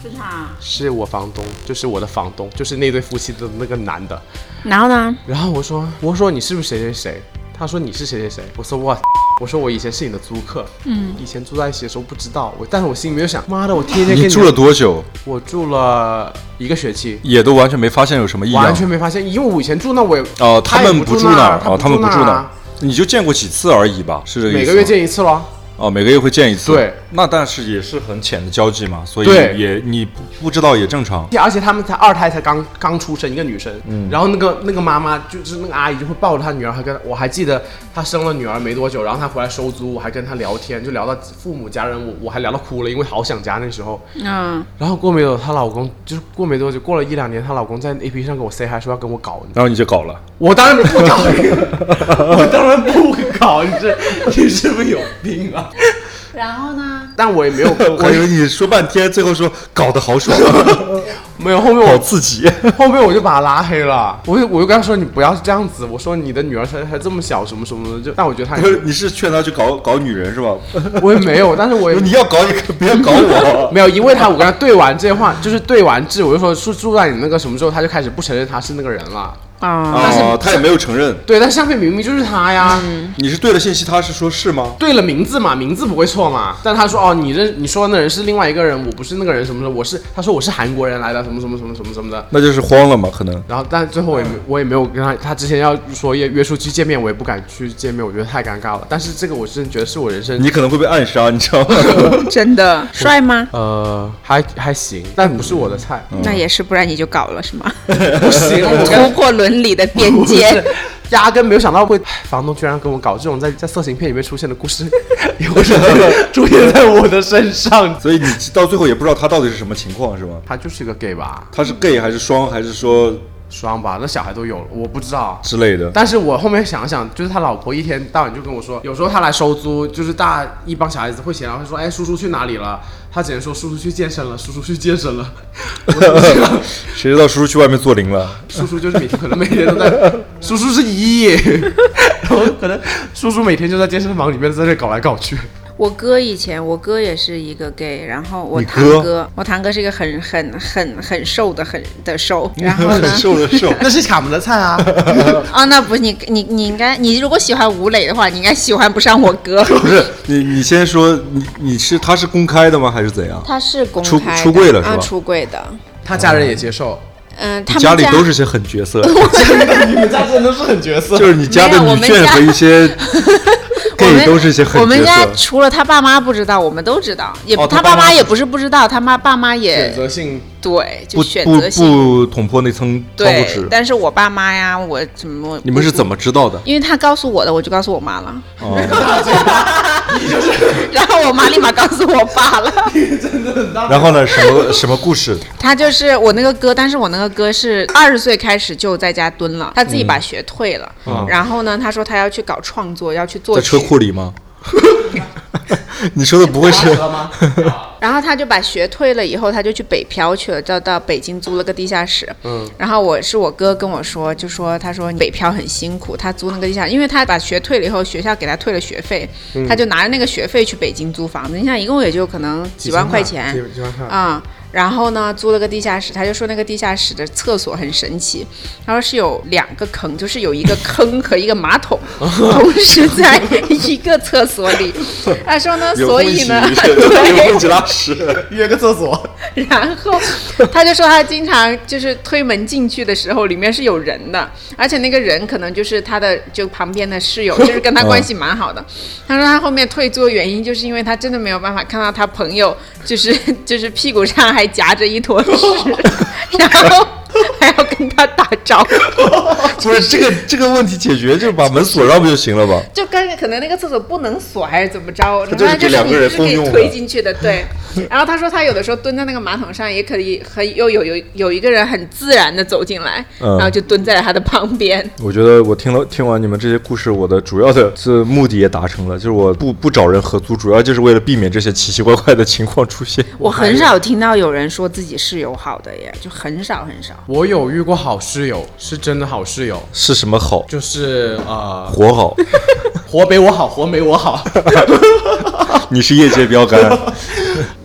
Speaker 4: 是他。
Speaker 2: 是我房东，就是我的房东，就是那对夫妻的那个男的。
Speaker 4: 然后呢？
Speaker 2: 然后我说，我说你是不是谁谁谁？他说你是谁谁谁？我说 what？我说我以前是你的租客，嗯，以前住在一起的时候不知道，我但是我心里面就想，妈的，我天天跟
Speaker 3: 你住了，多久？
Speaker 2: 我住了一个学期，
Speaker 3: 也都完全没发现有什么异样。
Speaker 2: 完全没发现，因为我以前住那我也
Speaker 3: 哦，他们
Speaker 2: 不
Speaker 3: 住
Speaker 2: 那
Speaker 3: 儿哦，他们
Speaker 2: 不
Speaker 3: 不住
Speaker 2: 那
Speaker 3: 那
Speaker 2: 儿啊
Speaker 3: 儿，你就见过几次而已吧？是这个意
Speaker 2: 每
Speaker 3: 思吗？
Speaker 2: 个月见一次咯。
Speaker 3: 哦，每个月会见一次。
Speaker 2: 对，
Speaker 3: 那但是也是很浅的交际嘛，所以
Speaker 2: 对
Speaker 3: 也你不不知道也正常。
Speaker 2: 而且他们才二胎才刚刚出生，一个女生，然后那个那个妈妈就是那个阿姨就会抱着她女儿，还跟我还记得她生了女儿没多久，然后她回来收租，我还跟她聊天，就聊到父母家人，我我还聊到哭了，因为好想家那时候。
Speaker 4: 嗯，
Speaker 2: 然后过没多久，她老公就是过没多久，过了一两年，她老公在 A P P 上跟我 say hi 说要跟我搞，你知道
Speaker 3: 然后你就搞了，
Speaker 2: 我当然不搞，我当然不搞，你这你是不是有病啊？
Speaker 4: 然后呢？
Speaker 2: 但我也没有，
Speaker 3: 我
Speaker 2: 我
Speaker 3: 以
Speaker 2: 也
Speaker 3: 为你说半天，最后说搞得好爽，
Speaker 2: 没有后面
Speaker 3: 好
Speaker 2: 我
Speaker 3: 刺激。
Speaker 2: 后面我就把他拉黑了，我就我就跟他说你不要这样子，我说你的女儿才才这么小，什么什么的，就但我觉得他
Speaker 3: 不是， 你是劝他去搞搞女人是吧？
Speaker 2: 我也没有， 但是我也
Speaker 3: 你要搞也可别搞我。
Speaker 2: 没有，因为他我跟他对完这话，就是对完质，我就说住住在你那个什么之后，他就开始不承认他是那个人了。
Speaker 4: 啊，
Speaker 2: 但是
Speaker 3: 哦，他也没有承认。
Speaker 2: 对，但相片明明就是他呀，
Speaker 3: 你是对了信息，他是说是吗？
Speaker 2: 对了名字嘛，名字不会错嘛。但他说哦，你认你说的那人是另外一个人，我不是那个人，什么什么，我是他说我是韩国人来的，什么什么什么什么什么的。
Speaker 3: 那就是慌了嘛，可能。
Speaker 2: 然后，但最后我也没我也没有跟他，他之前要说约约出去见面，我也不敢去见面，我觉得太尴尬了。但是这个我真的觉得是我人生
Speaker 3: 你可能会被暗杀，你知道吗？
Speaker 4: 真的帅吗？
Speaker 2: 呃，还还行，但不是我的菜，
Speaker 4: 那也是，不然你就搞了是吗？
Speaker 2: 不 行，我
Speaker 4: 突破伦理的边界。
Speaker 2: 压根没有想到会，唉房东居然跟我搞这种在在色情片里面出现的故事， 有什么出现在我的身上？
Speaker 3: 所以你到最后也不知道他到底是什么情况，是吗？
Speaker 2: 他就是个 gay 吧，
Speaker 3: 他是 gay 还是双还是说
Speaker 2: 双吧，那小孩都有了，我不知道。
Speaker 3: 之类的？
Speaker 2: 但是我后面想想，就是他老婆一天到晚就跟我说，有时候他来收租，就是大一帮小孩子会闲聊，会说，哎，叔叔去哪里了？他只能说叔叔去健身了，叔叔去健身了。我就知道
Speaker 3: 谁知道叔叔去外面做零了？
Speaker 2: 叔叔就是每天可能每天都在，叔叔是一亿，然后可能叔叔每天就在健身房里面在这搞来搞去。
Speaker 4: 我哥以前，我哥也是一个 gay，然后我
Speaker 3: 你
Speaker 4: 堂
Speaker 3: 哥
Speaker 4: 哥，我堂哥是一个很很很很瘦的很的瘦，然后呢
Speaker 3: 很，瘦的瘦，
Speaker 2: 那是卡门的菜啊！
Speaker 4: 哦，那不是你你你应该，你如果喜欢吴磊的话，你应该喜欢不上我哥。
Speaker 3: 不是你你先说你你是他是公开的吗？还是怎样？
Speaker 4: 他是公
Speaker 3: 出
Speaker 4: 开的
Speaker 3: 出柜了是吧
Speaker 4: 啊，出柜的。
Speaker 2: 他家人也接受，
Speaker 4: 嗯，他
Speaker 3: 你
Speaker 4: 们啊
Speaker 3: 家里都是些狠 角色，
Speaker 2: 你们家真的是很角色
Speaker 3: 就。是你家的
Speaker 4: 没有我
Speaker 3: 女
Speaker 4: 们
Speaker 3: 眷
Speaker 4: 家
Speaker 3: 和一些
Speaker 4: 我
Speaker 3: gay
Speaker 4: 们
Speaker 3: 都是些狠
Speaker 4: 我们
Speaker 3: 角
Speaker 4: 家
Speaker 3: 色。
Speaker 4: 除了他爸妈不知道，我们都知道，也
Speaker 3: 哦他
Speaker 4: 他
Speaker 3: 爸妈
Speaker 4: 妈
Speaker 3: 不
Speaker 4: 也不是不知道，他妈爸妈
Speaker 2: 选
Speaker 4: 也
Speaker 2: 择性
Speaker 4: 对，就
Speaker 3: 不
Speaker 4: 选
Speaker 3: 不
Speaker 4: 择性
Speaker 3: 不捅破那层窗户
Speaker 4: 对
Speaker 3: 纸。，
Speaker 4: 但是我爸妈呀，我怎么
Speaker 3: 你们是怎？么知道的？
Speaker 4: 因为他告诉我的，我就告诉我妈了，
Speaker 3: 哦，
Speaker 4: 然后我妈立马告诉我爸了。
Speaker 3: 然后呢？什么什么 故事？
Speaker 4: 他就是我那个哥，但是我那个哥是二十岁开始就在家蹲了，他
Speaker 3: 嗯
Speaker 4: 自己把学退了。然后呢，他说他要去搞创作，要去做
Speaker 3: 在车
Speaker 4: 曲
Speaker 3: 库里吗？ 你说的不会 是？
Speaker 2: 吗？
Speaker 4: 然后他就把学退了以后，他就去北漂去了，到到北京租了个地下室。嗯，然后我是我哥跟我说，就说他说北漂很辛苦，他租那个地下，因为他把学退了以后，学校给他退了学费，
Speaker 2: 嗯
Speaker 4: 他就拿着那个学费去北京租房子。你想，一共也就可能几万块钱，
Speaker 2: 几几万块。
Speaker 4: 啊、然后呢，租了个地下室，他就说那个地下室的厕所很神奇，他说是有两个坑，就是有一个坑和一个马 桶，同时在一个厕所里。他说呢，所以呢， 对，
Speaker 3: 起拉屎。
Speaker 2: 约个厕所，
Speaker 4: 然后他就说他经常就是推门进去的时候，里面是有人的，而且那个人可能就是他的就旁边的室友，就是跟他关系蛮好的。他说他后面退租的原因就是因为他真的没有办法看到他朋友，就是 就是屁股上还夹着一坨屎，然后还要跟他打招呼。
Speaker 3: 不是这个这个问题解决，就是把门锁上不就行了吗？
Speaker 4: 就跟可能那个厕所不能锁还是怎么着，
Speaker 3: 就是
Speaker 4: 反正
Speaker 3: 给两
Speaker 4: 你
Speaker 3: 个人
Speaker 4: 是可
Speaker 3: 共
Speaker 4: 以
Speaker 3: 用的
Speaker 4: 推进去的，对。然后他说他有的时候蹲在那个马桶上，也可以很又有有有一个人很自然的走进来，
Speaker 3: 嗯
Speaker 4: 然后就蹲在了他的旁边。
Speaker 3: 我觉得我听了听完你们这些故事，我的主要的这目的也达成了，就是我不不找人合租，主要就是为了避免这些奇奇怪怪的情况出现。
Speaker 4: 我很少听到有人说自己室友好的耶，就很少很 少。
Speaker 2: 我有遇过好室友，是真的好室友，
Speaker 3: 是什么好？
Speaker 2: 就是呃，
Speaker 3: 活好，
Speaker 2: 活没我好，活没我好。
Speaker 3: 你是业界标杆，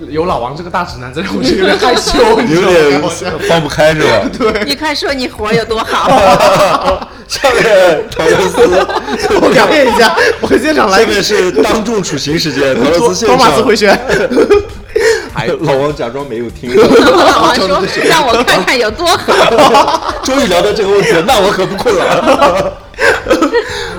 Speaker 2: 有老王这个大直男，真的我就有点害羞， 你知
Speaker 3: 有
Speaker 2: 道吗？
Speaker 3: 点
Speaker 2: 我现在
Speaker 3: 放不开是 吧？
Speaker 4: 你快说你活有多
Speaker 3: 哦
Speaker 4: 好？
Speaker 3: 下面陶乐斯，
Speaker 2: 我表演一下，我现场来
Speaker 3: 下
Speaker 2: 一个
Speaker 3: 面是当众处刑时间，陶乐
Speaker 2: 托
Speaker 3: 斯
Speaker 2: 托
Speaker 3: 现
Speaker 2: 马斯
Speaker 3: 场
Speaker 2: 回。 旋。还
Speaker 3: 老王假装没有听，
Speaker 4: 老王说让我看看有多好。
Speaker 3: 终于聊到这个问题了，那我可不困了。啊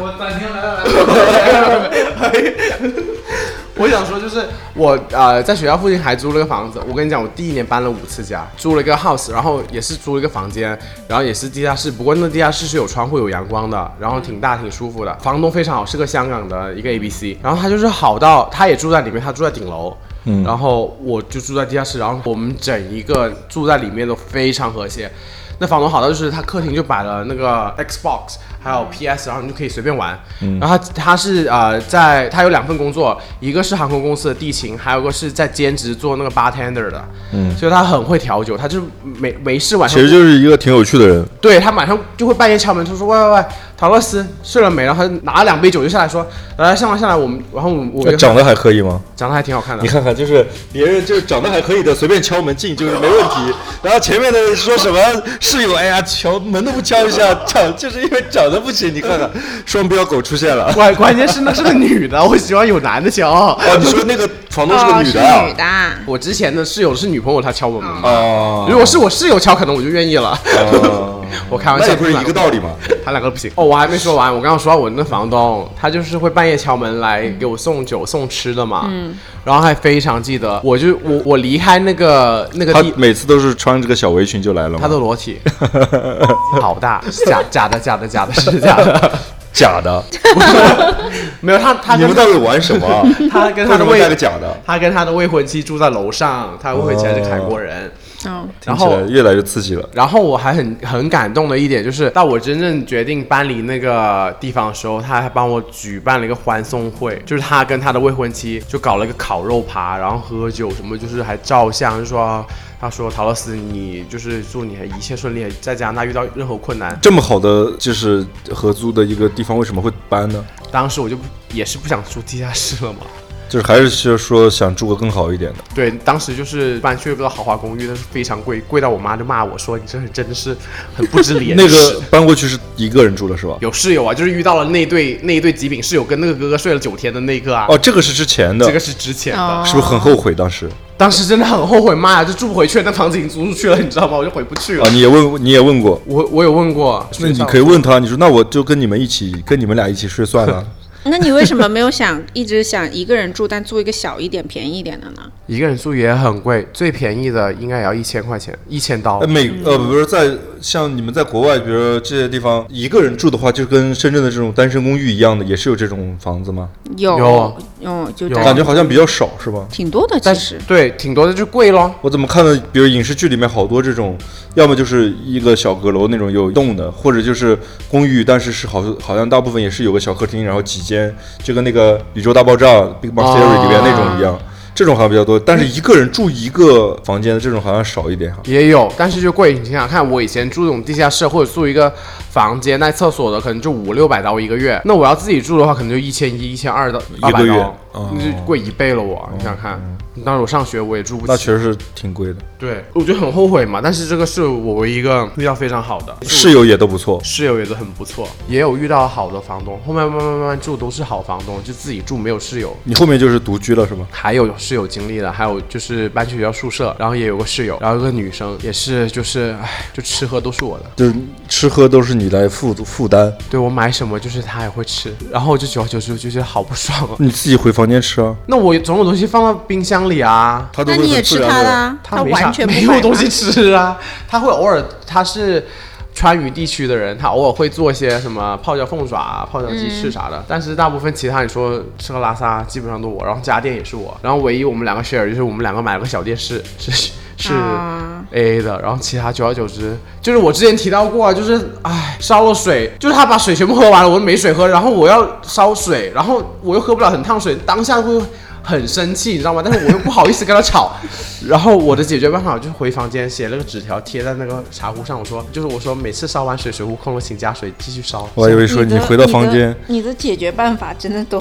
Speaker 2: 我暂停来了，来了。 我想说，就是我呃，在学校附近还租了个房子。我跟你讲，我第一年搬了五次家，租了一个 house，然后也是租了一个房间，然后也是地下室。不过那地下室是有窗户、有阳光的，然后挺大、挺舒服的。房东非常好，是个香港的一个 ABC，然后他就是好到他也住在里面，他住在顶楼。嗯，然后我就住在地下室，然后我们整一个住在里面都非常和谐。那房东好到就是他客厅就摆了那个 Xbox，还有 PS，然后你就可以随便玩。
Speaker 3: 嗯
Speaker 2: 然后他他是呃在他有两份工作，一个是航空公司的地勤，还有个是在兼职做那个 bartender 的。嗯，所以他很会调酒，他就没没事晚上
Speaker 3: 其实就是一个挺有趣的人，
Speaker 2: 对他马上就会半夜敲门，他说喂喂喂，陶乐斯睡了没？然后他就拿了两杯酒就下来说，来来上来上来，我们然后我们我
Speaker 3: 那
Speaker 2: 们
Speaker 3: 长得还可以吗？
Speaker 2: 长得还挺好看的
Speaker 3: 你。看看，就是别人就是长得还可以的，随便敲门进就是没问 题。然后前面的说什么室友，哎呀，敲门都不敲一下，长就是因为长得不行。你看看，双标狗出现了。
Speaker 2: 关关键是那是个女的，我喜欢有男的敲。
Speaker 3: 哦，你说那个房 东是个
Speaker 4: 哦，
Speaker 3: 女
Speaker 4: 是
Speaker 3: 的啊
Speaker 4: 女？的啊。
Speaker 2: 我之前的室友是女朋友，她敲我门嘛。
Speaker 3: 哦，
Speaker 2: 如果是我室友敲，可能我就愿意 了。
Speaker 3: 哦
Speaker 2: 我开玩
Speaker 3: 那
Speaker 2: 笑，
Speaker 3: 也不是一个道理嘛。
Speaker 2: 他两个不行。哦，我还没说完，我刚刚说到我那房东，他就是会半夜敲门来给我送酒、送吃的嘛。嗯。然后还非常记得，我就我我离开那个那个
Speaker 3: 他
Speaker 2: 地，
Speaker 3: 每次都是穿这个小围裙就来了
Speaker 2: 他
Speaker 3: 嘛，
Speaker 2: 的裸 体，好大，假假的假的假的是假 的，
Speaker 3: 假的。
Speaker 2: 没有他他
Speaker 3: 你
Speaker 2: 跟
Speaker 3: 们到底玩什么 啊？
Speaker 2: 他跟
Speaker 3: 为
Speaker 2: 他
Speaker 3: 什
Speaker 2: 的
Speaker 3: 么带个
Speaker 2: 未
Speaker 3: 假的？
Speaker 2: 他跟他的未婚妻住在楼上，他未婚妻还是韩国人。
Speaker 4: 嗯，
Speaker 3: 哦听
Speaker 2: 然
Speaker 3: 起
Speaker 2: 后
Speaker 3: 来越来越刺激了。
Speaker 2: 然后我还很很感动的一点就是，到我真正决定搬离那个地方的时候，他还帮我举办了一个欢送会，就是他跟他的未婚妻就搞了一个烤肉趴，然后喝酒什么，就是还照相，就说他说陶乐斯，你就是祝你一切顺利，在加拿大遇到任何困难。
Speaker 3: 这么好的就是合租的一个地方，为什么会搬呢？
Speaker 2: 当时我就不也是不想住地下室了 嘛。
Speaker 3: 就是还是就是说想住个更好一点的。
Speaker 2: 对，当时就是搬去了个豪华公寓，但是非常贵，贵到我妈就骂我说：“你这人真的是很不 知廉耻。”
Speaker 3: 那个搬过去是一个人住了是吧？
Speaker 2: 有室友啊，就是遇到了那对那一对极品室友跟那个哥哥睡了九天的那个啊，
Speaker 3: 哦，这个是之前的，
Speaker 2: 这个是啊之前的，
Speaker 4: 哦
Speaker 3: 是不是很后悔当时？
Speaker 2: 当时真的很后悔，妈呀，就住不回去了，那房子已经租出去了，你知道吗？我就回不去了。
Speaker 3: 啊，你也问你也问过，
Speaker 2: 我我有问过，
Speaker 3: 那你可以问他，你说那我就跟你们一起，跟你们俩一起睡 算了。
Speaker 4: 那你为什么没有想一直想一个人住，但租一个小一点、便宜一点的呢？
Speaker 2: 一个人住也很贵，最便宜的应该也要一千块钱，一千刀
Speaker 3: 呃，。美呃，比如说在像你们在国外，比如说这些地方一个人住的话，就跟深圳的这种单身公寓一样的，也是有这种房子吗？
Speaker 4: 有
Speaker 3: 啊
Speaker 2: 有
Speaker 4: 有就
Speaker 2: 有
Speaker 4: 但
Speaker 3: 感觉好像比较少，是吧？
Speaker 4: 挺多的，其
Speaker 2: 但是
Speaker 4: 实
Speaker 2: 对，挺多的就贵咯。
Speaker 3: 我怎么看到，比如影视剧里面好多这种，要么就是一个小阁楼那种有栋的，或者就是公寓，但是是好好像大部分也是有个小客厅，然后几间，就跟那个《宇宙大爆炸》Big Bang Theory 里面那种一样，这种好像比较多。但是一个人住一个房间的这种好像少一点哈。
Speaker 2: 也有，但是就贵。你想想看，我以前住那种地下室啊或者住一个房间带厕所的，可能就五六百刀一个月。那我要自己住的话，可能就一千一、一千二的
Speaker 3: 一个月哦
Speaker 2: 那就贵一倍了我。你想想看，当时我上学我也住不起，
Speaker 3: 嗯那确实是挺贵的，
Speaker 2: 对，我觉得很后悔嘛。但是这个是我唯一一个遇到非常好的
Speaker 3: 室友也都不错。
Speaker 2: 室友也都很不错，也有遇到好的房东。后面慢慢慢慢住都是好房东，就自己住没有室友。
Speaker 3: 你后面就是独居了是吗？
Speaker 2: 还有室友经历的，还有就是搬去学校宿舍，然后也有个室友，然后有个女生也是，就是唉，就吃喝都是我的。
Speaker 3: 就是吃喝都是你来负负担，
Speaker 2: 对我买什么就是他也会吃，然后我就久而久之我就觉得好不爽啊。
Speaker 3: 你自己回房间吃啊。
Speaker 2: 那我总有东西放到冰箱里啊，
Speaker 3: 他都
Speaker 4: 那
Speaker 3: 会
Speaker 4: 你也
Speaker 3: 很自
Speaker 4: 吃
Speaker 3: 然
Speaker 4: 他啊
Speaker 3: 地
Speaker 4: 的，啊，
Speaker 2: 他没啥
Speaker 4: 完全不
Speaker 2: 没
Speaker 4: 买
Speaker 2: 有东
Speaker 4: 嘛
Speaker 2: 西吃啊，他会偶尔他是。川渝地区的人，他偶尔会做一些什么泡椒凤爪啊、泡椒鸡
Speaker 4: 嗯
Speaker 2: 翅啥的，但是大部分其他你说吃喝拉撒基本上都我，然后家电也是我，然后唯一我们两个 share 就是我们两个买了个小电视，是是
Speaker 4: 啊
Speaker 2: A A 的，然后其他久而久之，就是我之前提到过啊，就是唉烧了水，就是他把水全部喝完了，我没水喝，然后我要烧水，然后我又喝不了很烫水，当下会很生气，你知道吗？但是我又不好意思跟他吵， 然后我的解决办法就是回房间写了个纸条贴在那个茶壶上，我说就是我说每次烧完水水壶空了请加水继续烧，
Speaker 3: 我还以为说
Speaker 4: 你
Speaker 3: 你
Speaker 4: 的
Speaker 3: 回到房
Speaker 4: 你
Speaker 3: 间，
Speaker 4: 的，你的解决办法真的都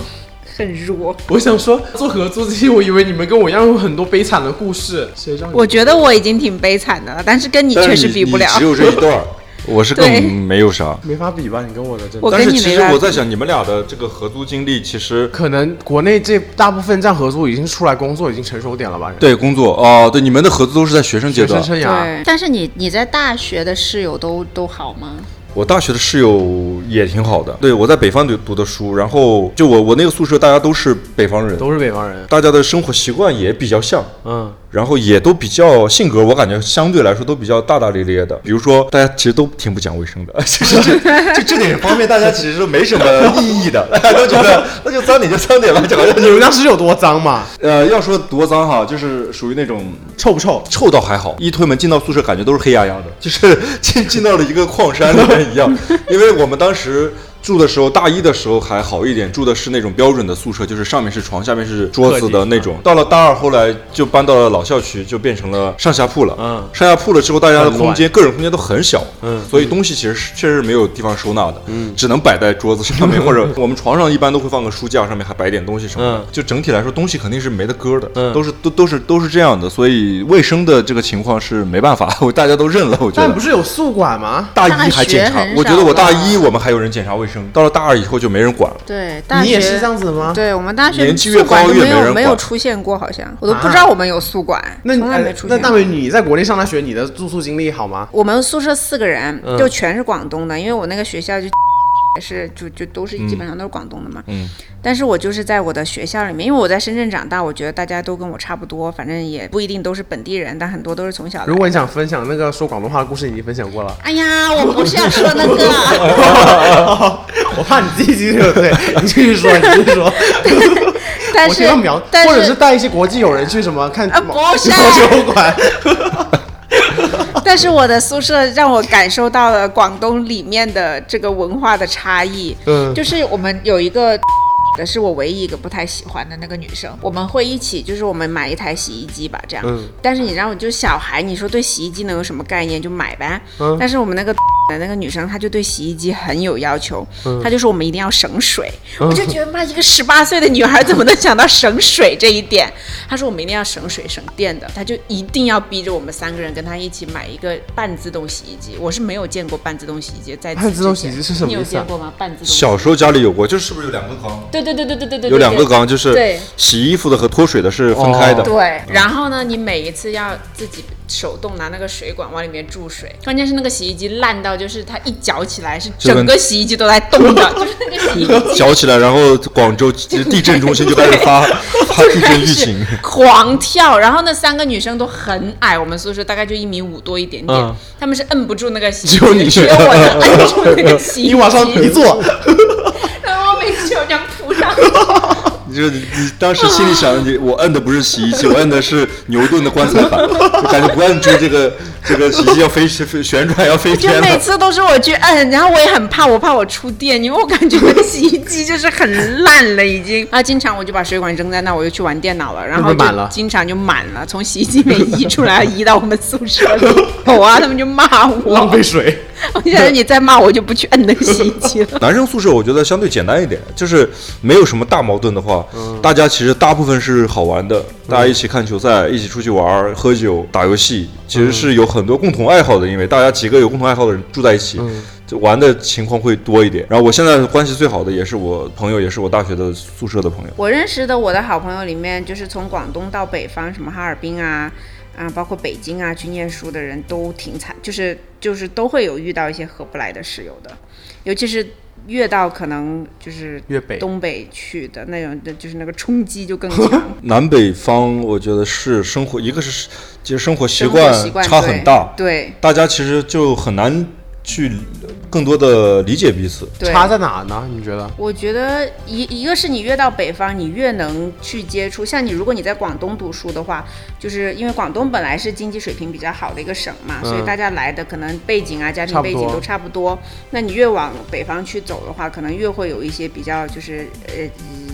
Speaker 4: 很弱。
Speaker 2: 我想说做合作这些，我以为你们跟我一样有很多悲惨的故事，谁知道你
Speaker 4: 我觉得我已经挺悲惨的了，但是跟你
Speaker 3: 但
Speaker 4: 确
Speaker 3: 是
Speaker 4: 实比不了
Speaker 3: 你。只有这一段儿，我是
Speaker 4: 对
Speaker 3: 更没有啥。
Speaker 2: 没法比吧？你跟我的真的
Speaker 4: 我。
Speaker 3: 但
Speaker 4: 跟
Speaker 3: 是
Speaker 4: 你
Speaker 3: 其
Speaker 4: 没
Speaker 3: 实
Speaker 4: 办法
Speaker 3: 我在想，你们俩的这个合租经历，其实
Speaker 2: 可能国内这大部分这样合租已经出来工作，已经成熟点了吧？人
Speaker 3: 对工作哦，对你们的合租都是在学生阶
Speaker 2: 学
Speaker 3: 段
Speaker 2: 生。生涯，
Speaker 4: 对，但是你你在大学的室友都都好吗？
Speaker 3: 我大学的室友也挺好的，对我在北方读读的书，然后就我我那个宿舍大家都是北方人，
Speaker 2: 都是北方人。
Speaker 3: 大家的生活习惯也比较像，
Speaker 2: 嗯，
Speaker 3: 然后也都比较性格，我感觉相对来说都比较大大咧咧的。比如说，大家其实都挺不讲卫生的， 就是这就这点方面，大家其实是没什么意义的， 大家都觉得那就脏点就脏点吧，就好像
Speaker 2: 你们当时有多脏嘛？
Speaker 3: 呃，要说多脏哈，就是属于那种
Speaker 2: 臭不臭？
Speaker 3: 臭倒还好，一推门进到宿舍，感觉都是黑压压的， 就是进进到了一个矿山里面 一样。因为我们当时住的时候，大一的时候还好一点，住的是那种标准的宿舍，就是上面是床，下面是桌子的那种。到了大二，后来就搬到了老校区，就变成了上下铺了。
Speaker 2: 嗯
Speaker 3: 上下铺了之后，大家的
Speaker 2: 很乱
Speaker 3: 空间、个人空间都很小，
Speaker 2: 嗯
Speaker 3: 所以东西其实是确实没有地方收纳的，嗯，只能摆在桌子上 面，或者我们床上一般都会放个书架，上面还摆点东西什么的
Speaker 2: 嗯。
Speaker 3: 就整体来说，东西肯定是没得搁的，
Speaker 2: 嗯
Speaker 3: 都是都都是都是这样的，所以卫生的这个情况是没办法，我 大家都认了，我觉
Speaker 2: 但不
Speaker 3: 得。
Speaker 2: 是有宿管吗？
Speaker 3: 大一还检
Speaker 4: 大
Speaker 3: 查
Speaker 4: 学很，少
Speaker 3: 我觉得我大
Speaker 4: 吧
Speaker 3: 一我们还有人检查卫生，到了大二以后就没人管了。
Speaker 4: 对，大学
Speaker 2: 你也是这样子的吗？
Speaker 4: 对我们大学
Speaker 3: 年纪越
Speaker 4: 宿管
Speaker 3: 高
Speaker 4: 都
Speaker 3: 越
Speaker 4: 没
Speaker 3: 没人
Speaker 4: 有
Speaker 3: 管
Speaker 4: 没有出现过，好像我都不
Speaker 2: 啊
Speaker 4: 知道我们有宿管，
Speaker 2: 那
Speaker 4: 从来
Speaker 2: 哎
Speaker 4: 没出
Speaker 2: 那
Speaker 4: 现
Speaker 2: 大
Speaker 4: 过。
Speaker 2: 美你在国内上大学，你的住宿经历好吗？
Speaker 4: 我们宿舍四个人
Speaker 2: 嗯
Speaker 4: 就全是广东的，因为我那个学校就也是就就都是基本上都是广东的嘛。
Speaker 3: 嗯，
Speaker 4: 但是我就是在我的学校里面，因为我在深圳长大，我觉得大家都跟我差不多，反正也不一定都是本地人，但很多都是从小来
Speaker 2: 如果你想分享那个说广东话的故事，已经分享过 了。
Speaker 4: 哎呀，我不是要说那个，
Speaker 2: 我怕你自己记 对不对？你继续说，你继续说。
Speaker 4: 但
Speaker 2: 我
Speaker 4: 是
Speaker 2: 听到苗，
Speaker 4: 但
Speaker 2: 或者是带一些国际友人去什么看
Speaker 4: 啊 不是
Speaker 2: 酒 馆。
Speaker 4: 但是我的宿舍让我感受到了广东里面的这个文化的差异。
Speaker 2: 嗯
Speaker 4: 就是我们有一个。 的是我唯一一个不太喜欢的那个女生，我们会一起，就是我们买一台洗衣机吧，这样。
Speaker 2: 嗯
Speaker 4: 但是你让我就小孩，你说对洗衣机能有什么概念，就买呗。
Speaker 2: 嗯
Speaker 4: 但是我们那个 的那个女生，她就对洗衣机很有要求，
Speaker 2: 嗯
Speaker 4: 她就说我们一定要省水。我就觉得妈，一个十八岁的女孩 怎么能想到省水这一点？她说我们一定要省水省电的，她就一定要逼着我们三个人跟她一起买一个半自动洗衣机。我是没有见过半自动洗衣机，在此
Speaker 2: 半自动
Speaker 4: 之前
Speaker 2: 洗衣机是什么
Speaker 4: 你有
Speaker 2: 意思啊
Speaker 4: 见过吗？半自动洗衣机
Speaker 3: 小时候家里有过，就是不是有两个缸？
Speaker 4: 对对对对对对对，
Speaker 3: 有两个
Speaker 4: 对
Speaker 3: 缸，就是
Speaker 4: 对
Speaker 3: 洗衣服的和脱水的是分开的。
Speaker 4: 对，然后呢，你每一次要自己手动拿那个水管往里面注水，关键是那个洗衣机烂到，就是它一搅起来是
Speaker 3: 就
Speaker 4: 整
Speaker 3: 跟
Speaker 4: 个洗衣机都在动 的，就是那个洗衣机
Speaker 3: 搅起来，然后广州地震中心就开始发发地震预警。
Speaker 4: 狂跳。然后那三个女生都很矮，我们宿舍大概就一米五多一点点，
Speaker 2: 嗯
Speaker 4: 她们是摁不住那个洗衣机，
Speaker 2: 只有你
Speaker 4: 只有 我能摁住那个洗衣机，
Speaker 2: 你往上一坐，
Speaker 4: 然后我每次就这样扑上去。
Speaker 3: 你这你你当时心里想，你我摁的不是洗衣机，我摁的是牛顿的棺材板， 就感觉不摁住这个这个洗衣机要飞飞旋转要 飞
Speaker 4: 就
Speaker 3: 天
Speaker 4: 每
Speaker 3: 了。
Speaker 4: 次都是我去摁，然后我也很怕，我怕我触电，因为我感觉那洗衣机就是很烂了已经。啊，经常我就把水管扔在那，我就去玩电脑了，然后
Speaker 2: 是不是
Speaker 4: 就
Speaker 2: 满了
Speaker 4: 经常就满了，从洗衣机里面移出来，移到我们宿舍 里。有啊，他们就骂
Speaker 2: 浪
Speaker 4: 我，
Speaker 2: 费水。
Speaker 4: 我就想着你再骂我，我就不去摁那个洗衣机了。
Speaker 3: 男生宿舍我觉得相对简单一点，就是没有什么大矛盾的话，大家其实大部分是好玩的，大家一起看球赛，一起出去玩儿、喝酒、打游戏，其实是有很多共同爱好的，因为大家几个有共同爱好的人住在一起，就玩的情况会多一点。然后我现在关系最好的也是我朋友，也是我大学的宿舍的朋友。，
Speaker 4: 我认识的我的好朋友里面，就是从广东到北方，什么哈尔滨啊，啊，包括北京啊去念书的人都挺惨，就是就是都会有遇到一些合不来的室友的，尤其是越到可能就是
Speaker 2: 越北
Speaker 4: 东北去的那种，那就是那个冲击就更强
Speaker 3: 南北方，我觉得是生活，一个是其实生活习
Speaker 4: 生活习惯
Speaker 3: 差很大，
Speaker 4: 对。对
Speaker 3: 大家其实就很难去更多的理解彼此。
Speaker 4: 对，
Speaker 2: 差在哪呢？你觉得？
Speaker 4: 我觉得一一个是你越到北方，你越能去接触。像你，如果你在广东读书的话，就是因为广东本来是经济水平比较好的一个省嘛，所以大家来的可能背景啊、家
Speaker 2: 嗯差
Speaker 4: 庭
Speaker 2: 不
Speaker 4: 背景
Speaker 2: 多
Speaker 4: 都差不多。那你越往北方去走的话，可能越会有一些比较就是呃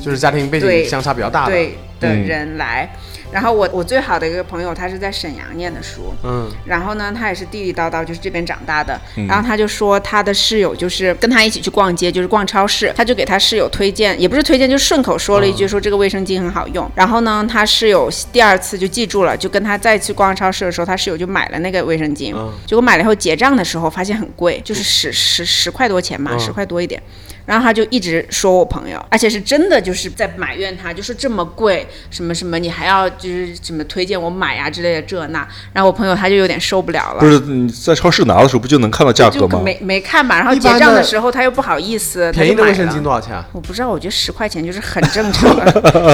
Speaker 2: 就是家庭背景
Speaker 4: 对
Speaker 2: 相差比较大的。
Speaker 4: 对的
Speaker 3: 嗯
Speaker 4: 人来。然后我我最好的一个朋友，他是在沈阳念的书，
Speaker 2: 嗯，
Speaker 4: 然后呢，他也是地地道道就是这边长大的。然后他就说他的室友就是跟他一起去逛街，就是逛超市，他就给他室友推荐，也不是推荐，就顺口说了一句说这个卫生巾很好用。然后呢，他室友第二次就记住了，就跟他再去逛超市的时候，他室友就买了那个卫生巾。结果买了以后结账的时候发现很贵，就是十十十块多钱嘛，十块多一点。然后他就一直说我朋友，而且是真的就是在埋怨他，就说这么贵，什么什么，你还要就是什么推荐我买啊之类的这那。然后我朋友他就有点受不了
Speaker 3: 不
Speaker 4: 了，
Speaker 3: 是你在超市拿的时候不就能看到价格
Speaker 4: 就
Speaker 3: 吗？
Speaker 4: 没没看嘛。然后
Speaker 2: 一
Speaker 4: 结
Speaker 2: 般的
Speaker 4: 账的时候他又不好意思，他
Speaker 2: 便
Speaker 4: 就
Speaker 2: 宜的
Speaker 4: 买
Speaker 2: 卫生巾
Speaker 4: 了。
Speaker 2: 多少钱啊？
Speaker 4: 我不知道，我觉得十块钱就是很正常的，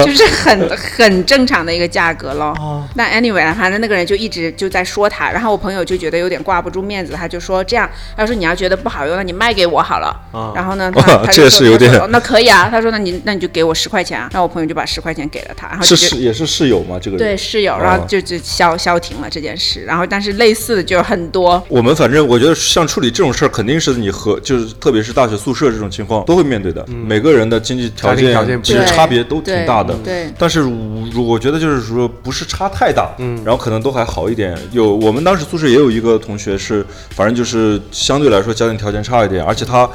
Speaker 4: 就是很 很正常的一个价格咯。
Speaker 3: 哦
Speaker 4: 那 anyway，啊反正那个人就一直就在说他，然后我朋友就觉得有点挂不住面子，他就说这样，他说你要觉得不好用，那你卖给我好了。
Speaker 3: 哦
Speaker 2: 啊
Speaker 4: 然后 呢，
Speaker 3: 哇
Speaker 4: 他他
Speaker 3: 这
Speaker 4: 就
Speaker 3: 也
Speaker 4: 说
Speaker 3: 是有
Speaker 4: 他说
Speaker 3: 点
Speaker 4: 哦那可以啊，他说那你那你就给我十块钱啊，然后我朋友就把十块钱给了他，然后
Speaker 3: 是
Speaker 4: 就觉
Speaker 3: 室也是室友吗？这个人
Speaker 4: 对室友，然后
Speaker 3: 哦
Speaker 4: 就就消消停了这件事，然后但是类似的就有很多，
Speaker 3: 我们反正我觉得像处理这种事儿，肯定是你和就是特别是大学宿舍这种情况都会面对的。每个人的经济
Speaker 2: 嗯
Speaker 3: 条
Speaker 2: 家庭条件不
Speaker 3: 其
Speaker 2: 一
Speaker 3: 实
Speaker 2: 样
Speaker 3: 差别都挺大的。
Speaker 4: 对。
Speaker 3: 但是我我觉得就是说不是差太大，嗯，然后可能都还好一点。有我们当时宿舍也有一个同学是，反正就是相对来说家庭条件差一点，而且他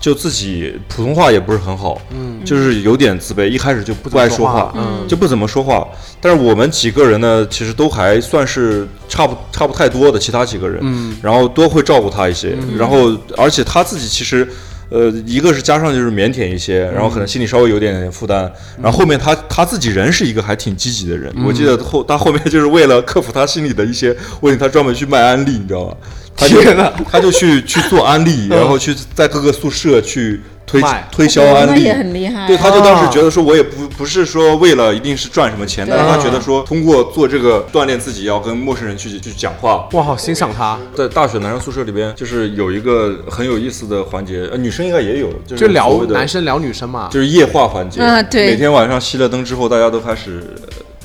Speaker 3: 就自己普通话也不是很好，嗯，就是有点自卑，一开始就不
Speaker 2: 不
Speaker 3: 爱说
Speaker 2: 怎么说话嗯
Speaker 3: 就不怎么说话。但是我们几个人呢，其实都还算是差不差不太多的，其他几个人，嗯，然后多会照顾他一些，
Speaker 2: 嗯
Speaker 3: 然后而且他自己其实。呃，一个是加上就是腼腆一些，然后可
Speaker 2: 嗯
Speaker 3: 能心里稍微有点点负担，然后后面他他自己人是一个还挺积极的
Speaker 2: 嗯
Speaker 3: 人，我记得后他后面就是为了克服他心里的一些问题，他专门去卖安利，你知道吗？他就
Speaker 2: 天哪嗯
Speaker 3: 他就去去做 安利，然后去在各个宿舍去推
Speaker 2: 卖
Speaker 3: 推销安
Speaker 4: 那
Speaker 3: 利，
Speaker 4: 也很厉害
Speaker 3: 对，他就当时
Speaker 2: 啊
Speaker 3: 觉得说，我也不不是说为了一定是赚什么钱，但是他觉得说通过做这个锻炼自己，要跟陌生人去去讲话，
Speaker 2: 哇，好欣赏他，
Speaker 3: 在大学男生宿舍里边，就是有一个很有意思的环节，呃，女生应该也有，就
Speaker 2: 就
Speaker 3: 是
Speaker 2: 聊
Speaker 3: 所谓的
Speaker 2: 男，生聊女生嘛。
Speaker 3: 就是夜话环节。
Speaker 4: 嗯对
Speaker 3: 每天晚上熄了灯之后，大家都开始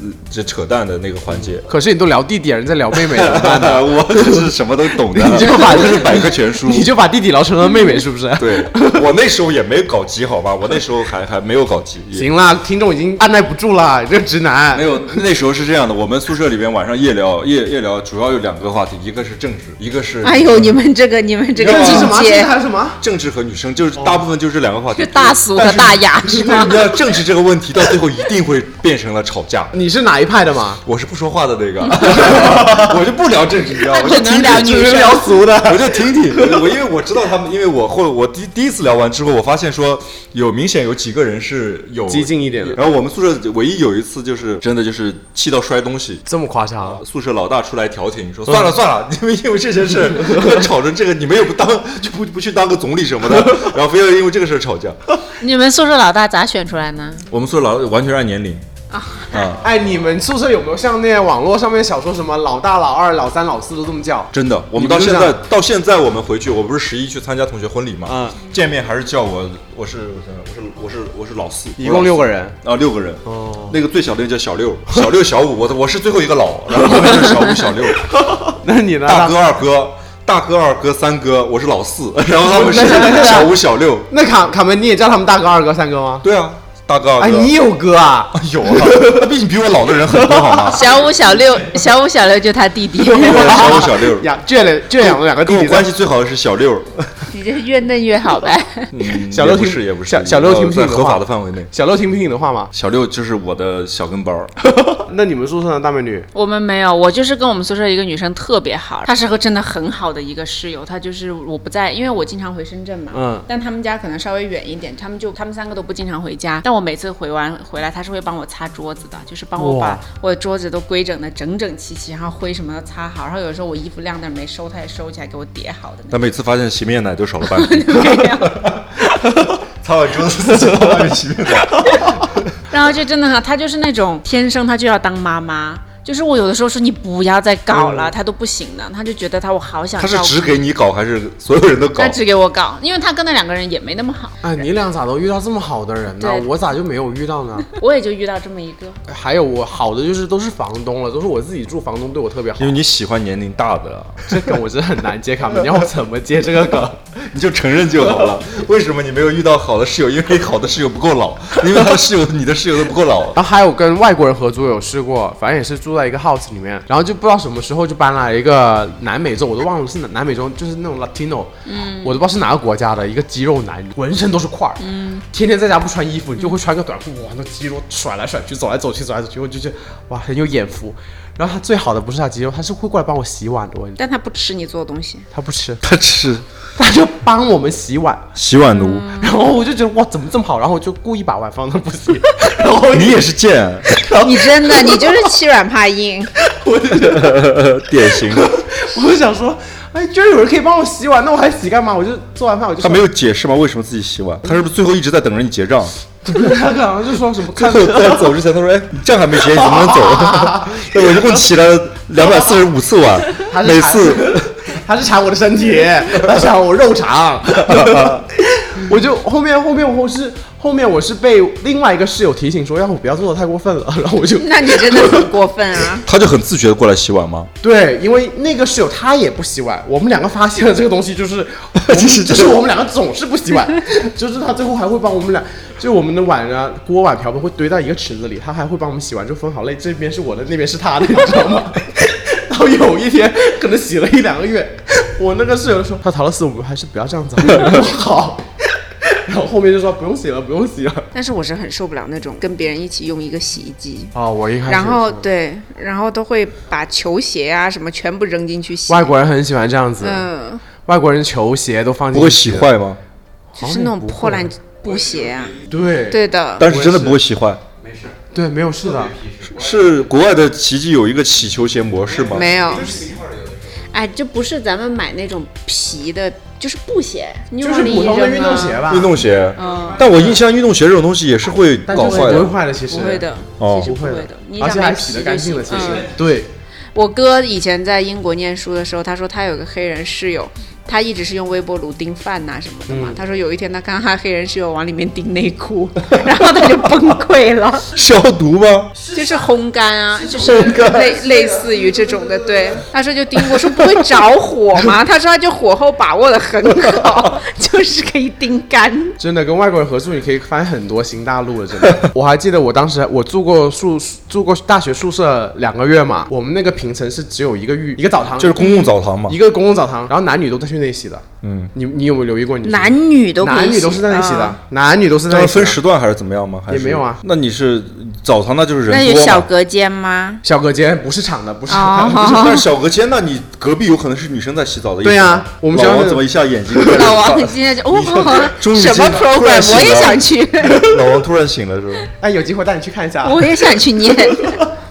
Speaker 3: 呃这扯淡的那个环节。
Speaker 2: 可是你都聊弟弟，人家聊妹妹了，
Speaker 3: 我可是什么都懂的，
Speaker 2: 你就把
Speaker 3: 我可是百科全书。
Speaker 2: 你就把弟弟聊成了妹妹，是不是？
Speaker 3: 对我那时候也没搞基，好吧，我那时候还还没有搞基。也
Speaker 2: 行啦，听众已经按耐不住了，这个直男
Speaker 3: 没。有，那时候是这样的，我们宿舍里边晚上夜聊夜夜聊，主要有两个话题，一个是政治，一个是
Speaker 4: 哎呦，你们这个你们这个
Speaker 3: 你知
Speaker 2: 这
Speaker 3: 道
Speaker 2: 是什
Speaker 3: 吗
Speaker 4: 境
Speaker 2: 么？这
Speaker 4: 界，
Speaker 2: 还有什么？
Speaker 3: 政治和女生，就是大部分就是两个话题。
Speaker 4: 就哦大俗和
Speaker 3: 但是
Speaker 4: 大雅是
Speaker 3: 因
Speaker 4: 吗
Speaker 3: 为你知道政治这个问题到最后一定会变成了吵架。
Speaker 2: 你是哪一派的嘛？
Speaker 3: 我是不说话的 那个， 我就不聊政治，你知道吗？我就
Speaker 4: 只能聊女生
Speaker 2: 聊俗的。
Speaker 3: 我就挺挺，我因为我知道他们，因为我后我第第一次聊完之后，我发现说有明显有几个人是有
Speaker 2: 激进一点的
Speaker 3: 然后我们宿舍唯一有一次就是真的就是气到摔东西，
Speaker 2: 这么夸张？
Speaker 3: 啊宿舍老大出来调停，
Speaker 2: 嗯
Speaker 3: 说算了算了，你们因为这些事 儿吵成这个，你们也不当 就不不去当个总理什 么的，然后非要因为这个事儿吵架。
Speaker 5: 你们宿舍老大咋选出来呢？？
Speaker 3: 我们宿舍老大完全按年龄啊，
Speaker 2: 哎，你们宿舍有没有像那些网络上面小说什么老大、老二、老三、老四都这么叫？
Speaker 3: 真的，我们
Speaker 2: 你
Speaker 3: 到
Speaker 2: 们就
Speaker 3: 现
Speaker 2: 这
Speaker 3: 在
Speaker 2: 样
Speaker 3: 到现在我们回去，我不是十一去参加同学婚礼嘛，
Speaker 2: 嗯
Speaker 3: 见面还是叫我我是我是我是我是老四，
Speaker 2: 一共六个人
Speaker 3: 啊，六个人，哦，那个最小的叫小六，小六小五，我我是最后一个老，然后后面就是小五 小六。
Speaker 2: 那你呢？
Speaker 3: 大哥二哥，大哥二哥三哥，我是 老四，然后他们是
Speaker 2: 那那那
Speaker 3: 小五小六。
Speaker 2: 那卡卡门，你也叫他们大哥、二哥、三哥吗？
Speaker 3: 对啊，大哥二哥。
Speaker 2: 哎，你有哥啊？
Speaker 3: 有啊？那毕竟比我老的人很多，好吗
Speaker 5: 小五、小六，小五、小六就他弟 弟。
Speaker 3: 小五小六。
Speaker 2: 呀，这 两这两两个弟
Speaker 3: 跟
Speaker 2: 弟
Speaker 3: 我
Speaker 2: 在
Speaker 3: 关系最好的是小六，
Speaker 5: 你这越嫩越好呗。
Speaker 3: 嗯
Speaker 2: 小六
Speaker 3: 也不
Speaker 2: 听
Speaker 3: 是也不是
Speaker 2: 小小六听不
Speaker 3: 在
Speaker 2: 听
Speaker 3: 合
Speaker 2: 话
Speaker 3: 法的范围内。
Speaker 2: 小六听不听你的话吗？
Speaker 3: 小六就是我的小 跟班儿，
Speaker 2: 那你们宿舍的大美女，
Speaker 5: 我们没有，我就是跟我们宿舍一个女生特别好，她是个真的很好的一个室友。她就是我不在，因为我经常回深圳嘛，
Speaker 2: 嗯
Speaker 5: 但他们家可能稍微远一点，他们就他们三个都不经常回家。但我每次回完回来，她是会帮我擦桌子的，就是帮我
Speaker 2: 哇
Speaker 5: 把我的桌子都规整的整整齐齐，然后灰什么的擦好，然后有时候我衣服晾那儿没收，她也收起来给我叠好的那
Speaker 3: 但每次发现洗面奶都少了半 瓶，
Speaker 5: 种。
Speaker 3: 擦完桌子自己到外面洗面奶。
Speaker 5: 然后就真的很好，她就是那种天生她就要当妈妈。就是我有的时候说你不要再搞了，他都不行了，他就觉得他我好想
Speaker 3: 嗯他是
Speaker 5: 照顾
Speaker 3: 只给你搞还是所有人都搞
Speaker 5: 他？只给我搞，因为他跟那两个人也没那么 好，
Speaker 2: 哎，你俩咋都遇到这么好的人呢
Speaker 5: 对？
Speaker 2: 我咋就没有遇到呢？
Speaker 5: 我也就遇到这么一个。
Speaker 2: 还有我好的就是都是房东了，都是我自己住，房东对我特别好
Speaker 3: 因。为你喜欢年龄大的啊，
Speaker 2: 这梗我真的很难接，卡门，你让我怎么接这个梗？
Speaker 3: 你就承认就好了。 为什么你没有遇到好的室友？因为好的室友不够老，因为他的室友、你的室友都不够老。
Speaker 2: 然后还有跟外国人合租有试过，反正也是住在一个 house 里面，然后就不知道什么时候就搬来一个南美洲，我都忘了是南南美洲，就是那种 Latino，嗯，我都不知道是哪个国家的一个肌肉男，浑身都是块儿，嗯，天天在家不穿衣服，你就会穿个短裤，哇，那肌肉甩来甩去，走来走去，走来走去，我就觉得哇很有眼福。然后他最好的不是他肌肉，他是会过来帮我洗碗的，我
Speaker 4: 但他不吃你做的 东西，
Speaker 2: 他不吃，
Speaker 3: 他吃
Speaker 2: 他就帮我们洗碗，
Speaker 3: 洗碗奴，
Speaker 2: 然后我就觉得哇怎么这么好，然后我就故意把碗放那不洗，然后
Speaker 3: 你也是 贱，
Speaker 4: 你真的你就是欺软怕 硬。
Speaker 2: 我就觉得。
Speaker 3: 典型。
Speaker 2: 我就想说，哎，居然有人可以帮我洗碗，那我还洗干嘛？我就做完饭我就
Speaker 3: 他没有解释吗？为什么自己洗碗？他是不是最后一直在等着你结账？
Speaker 2: 有，他可能就说 什么
Speaker 3: 最
Speaker 2: 看
Speaker 3: 后在走之前，他说：“哎，你账还没结，你能不能走？” 对我一共洗了两百四十五次碗，
Speaker 2: 他是
Speaker 3: 每次
Speaker 2: 他是馋我的身体， 他馋我肉肠。 我就后面后面我是后面我是被另外一个室友提醒说，要我不要做的太过分了， 然后我就
Speaker 4: 那你真的很过分啊！
Speaker 3: 他就很自觉的过来洗碗吗？
Speaker 2: 对，因为那个室友他也不洗碗，我们两个发现了这个东西，就是
Speaker 3: 就
Speaker 2: 就是是
Speaker 3: 这
Speaker 2: 就
Speaker 3: 个
Speaker 2: 是我们两个总是不洗碗， 就是他最后还会帮我们俩，就我们的碗啊、锅碗瓢盆会堆到一个池子里，他还会帮我们洗完，就分好类，这边是我的，那边是他的，你知道吗？ 到有一天可能洗了一两个月，我那个室友说他陶乐斯，我们还是不要这样子好了，我说 好，然后后面就说不用洗了，不用洗了。
Speaker 4: 但是我是很受不了那种跟别人一起用一个洗衣机，
Speaker 2: 哦，我一开
Speaker 4: 然后对，然后都会把球鞋啊什么全部扔进去洗。
Speaker 2: 外国人很喜欢这样子，
Speaker 4: 嗯，
Speaker 2: 外国人球鞋都放进
Speaker 3: 不会洗坏吗？
Speaker 4: 就是那种破烂布鞋啊。
Speaker 2: 对
Speaker 4: 对的，
Speaker 3: 但啊是真的不会洗坏。
Speaker 2: 对，没有事的。
Speaker 3: 是国外的奇迹有一个洗球鞋模式吗？
Speaker 4: 没有。哎，这不是咱们买那种皮的，就是布鞋，你
Speaker 2: 就是
Speaker 4: 往里
Speaker 2: 普
Speaker 4: 一
Speaker 2: 通的
Speaker 4: 扔
Speaker 2: 运
Speaker 4: 啊嗯
Speaker 2: 动鞋吧，
Speaker 3: 运动鞋。但我印象运动鞋这种东西也是会
Speaker 2: 但
Speaker 3: 搞
Speaker 2: 就是
Speaker 3: 坏
Speaker 2: 不会
Speaker 3: 的。
Speaker 2: 坏的，其实
Speaker 4: 不会的，
Speaker 3: 哦
Speaker 4: 其实
Speaker 2: 不会
Speaker 4: 的，你
Speaker 2: 而
Speaker 4: 让
Speaker 2: 且
Speaker 4: 没
Speaker 2: 还
Speaker 4: 皮
Speaker 2: 洗
Speaker 4: 就
Speaker 2: 得干净
Speaker 4: 行
Speaker 2: 的，其实
Speaker 4: 嗯
Speaker 2: 对，
Speaker 4: 我哥以前在英国念书的时候，他说他有个黑人室友，他一直是用微波炉叮饭呐、什么的嘛。
Speaker 2: 嗯
Speaker 4: 他说有一天他看他黑人室友往里面叮内裤， 然后他就崩溃了，
Speaker 3: 消毒吗？
Speaker 4: 就是烘干啊，就是类类似于这种的。对，他说就叮，我说不会着火吗？ 他说他就火候把握的很好， 就是可以叮干。
Speaker 2: 真的跟外国人合住，你可以发现很多新大陆了。真的，我还记得我当时我住过宿住过大学宿舍两个月嘛，我们那个平层是只有一个浴一个澡堂，
Speaker 3: 就是公共澡堂嘛
Speaker 2: 一。个公共澡堂，然后男女都在去那里洗的。嗯，你你有没有留意过你？
Speaker 4: 男女都可以啊
Speaker 2: 男女都是在那里洗的，男女都是在
Speaker 3: 他
Speaker 2: 那
Speaker 3: 们
Speaker 2: 里洗
Speaker 3: 分
Speaker 2: 的
Speaker 3: 时段还是怎么样吗？还是
Speaker 2: 也没有啊
Speaker 3: 那你是澡堂，那就是人
Speaker 4: 那有
Speaker 3: 多
Speaker 4: 小
Speaker 3: 嘛。
Speaker 4: 隔间吗？
Speaker 2: 小隔间，不是场的，不是
Speaker 4: 哦
Speaker 2: 场的。
Speaker 3: 不是，但是小隔间， 那你隔壁有可能是女生在洗澡的意思吗。
Speaker 2: 对啊我们学校
Speaker 3: 老王
Speaker 2: 是
Speaker 3: 怎么一下眼睛？
Speaker 4: 老王今天就哦，
Speaker 3: 终于
Speaker 4: 什么
Speaker 3: 进突然
Speaker 4: program
Speaker 3: 醒
Speaker 4: 我也
Speaker 3: 啊了
Speaker 4: 想去，
Speaker 3: 老王突然醒了，是吧？
Speaker 2: 哎，有机会带你去看一下。
Speaker 4: 我也想去 念。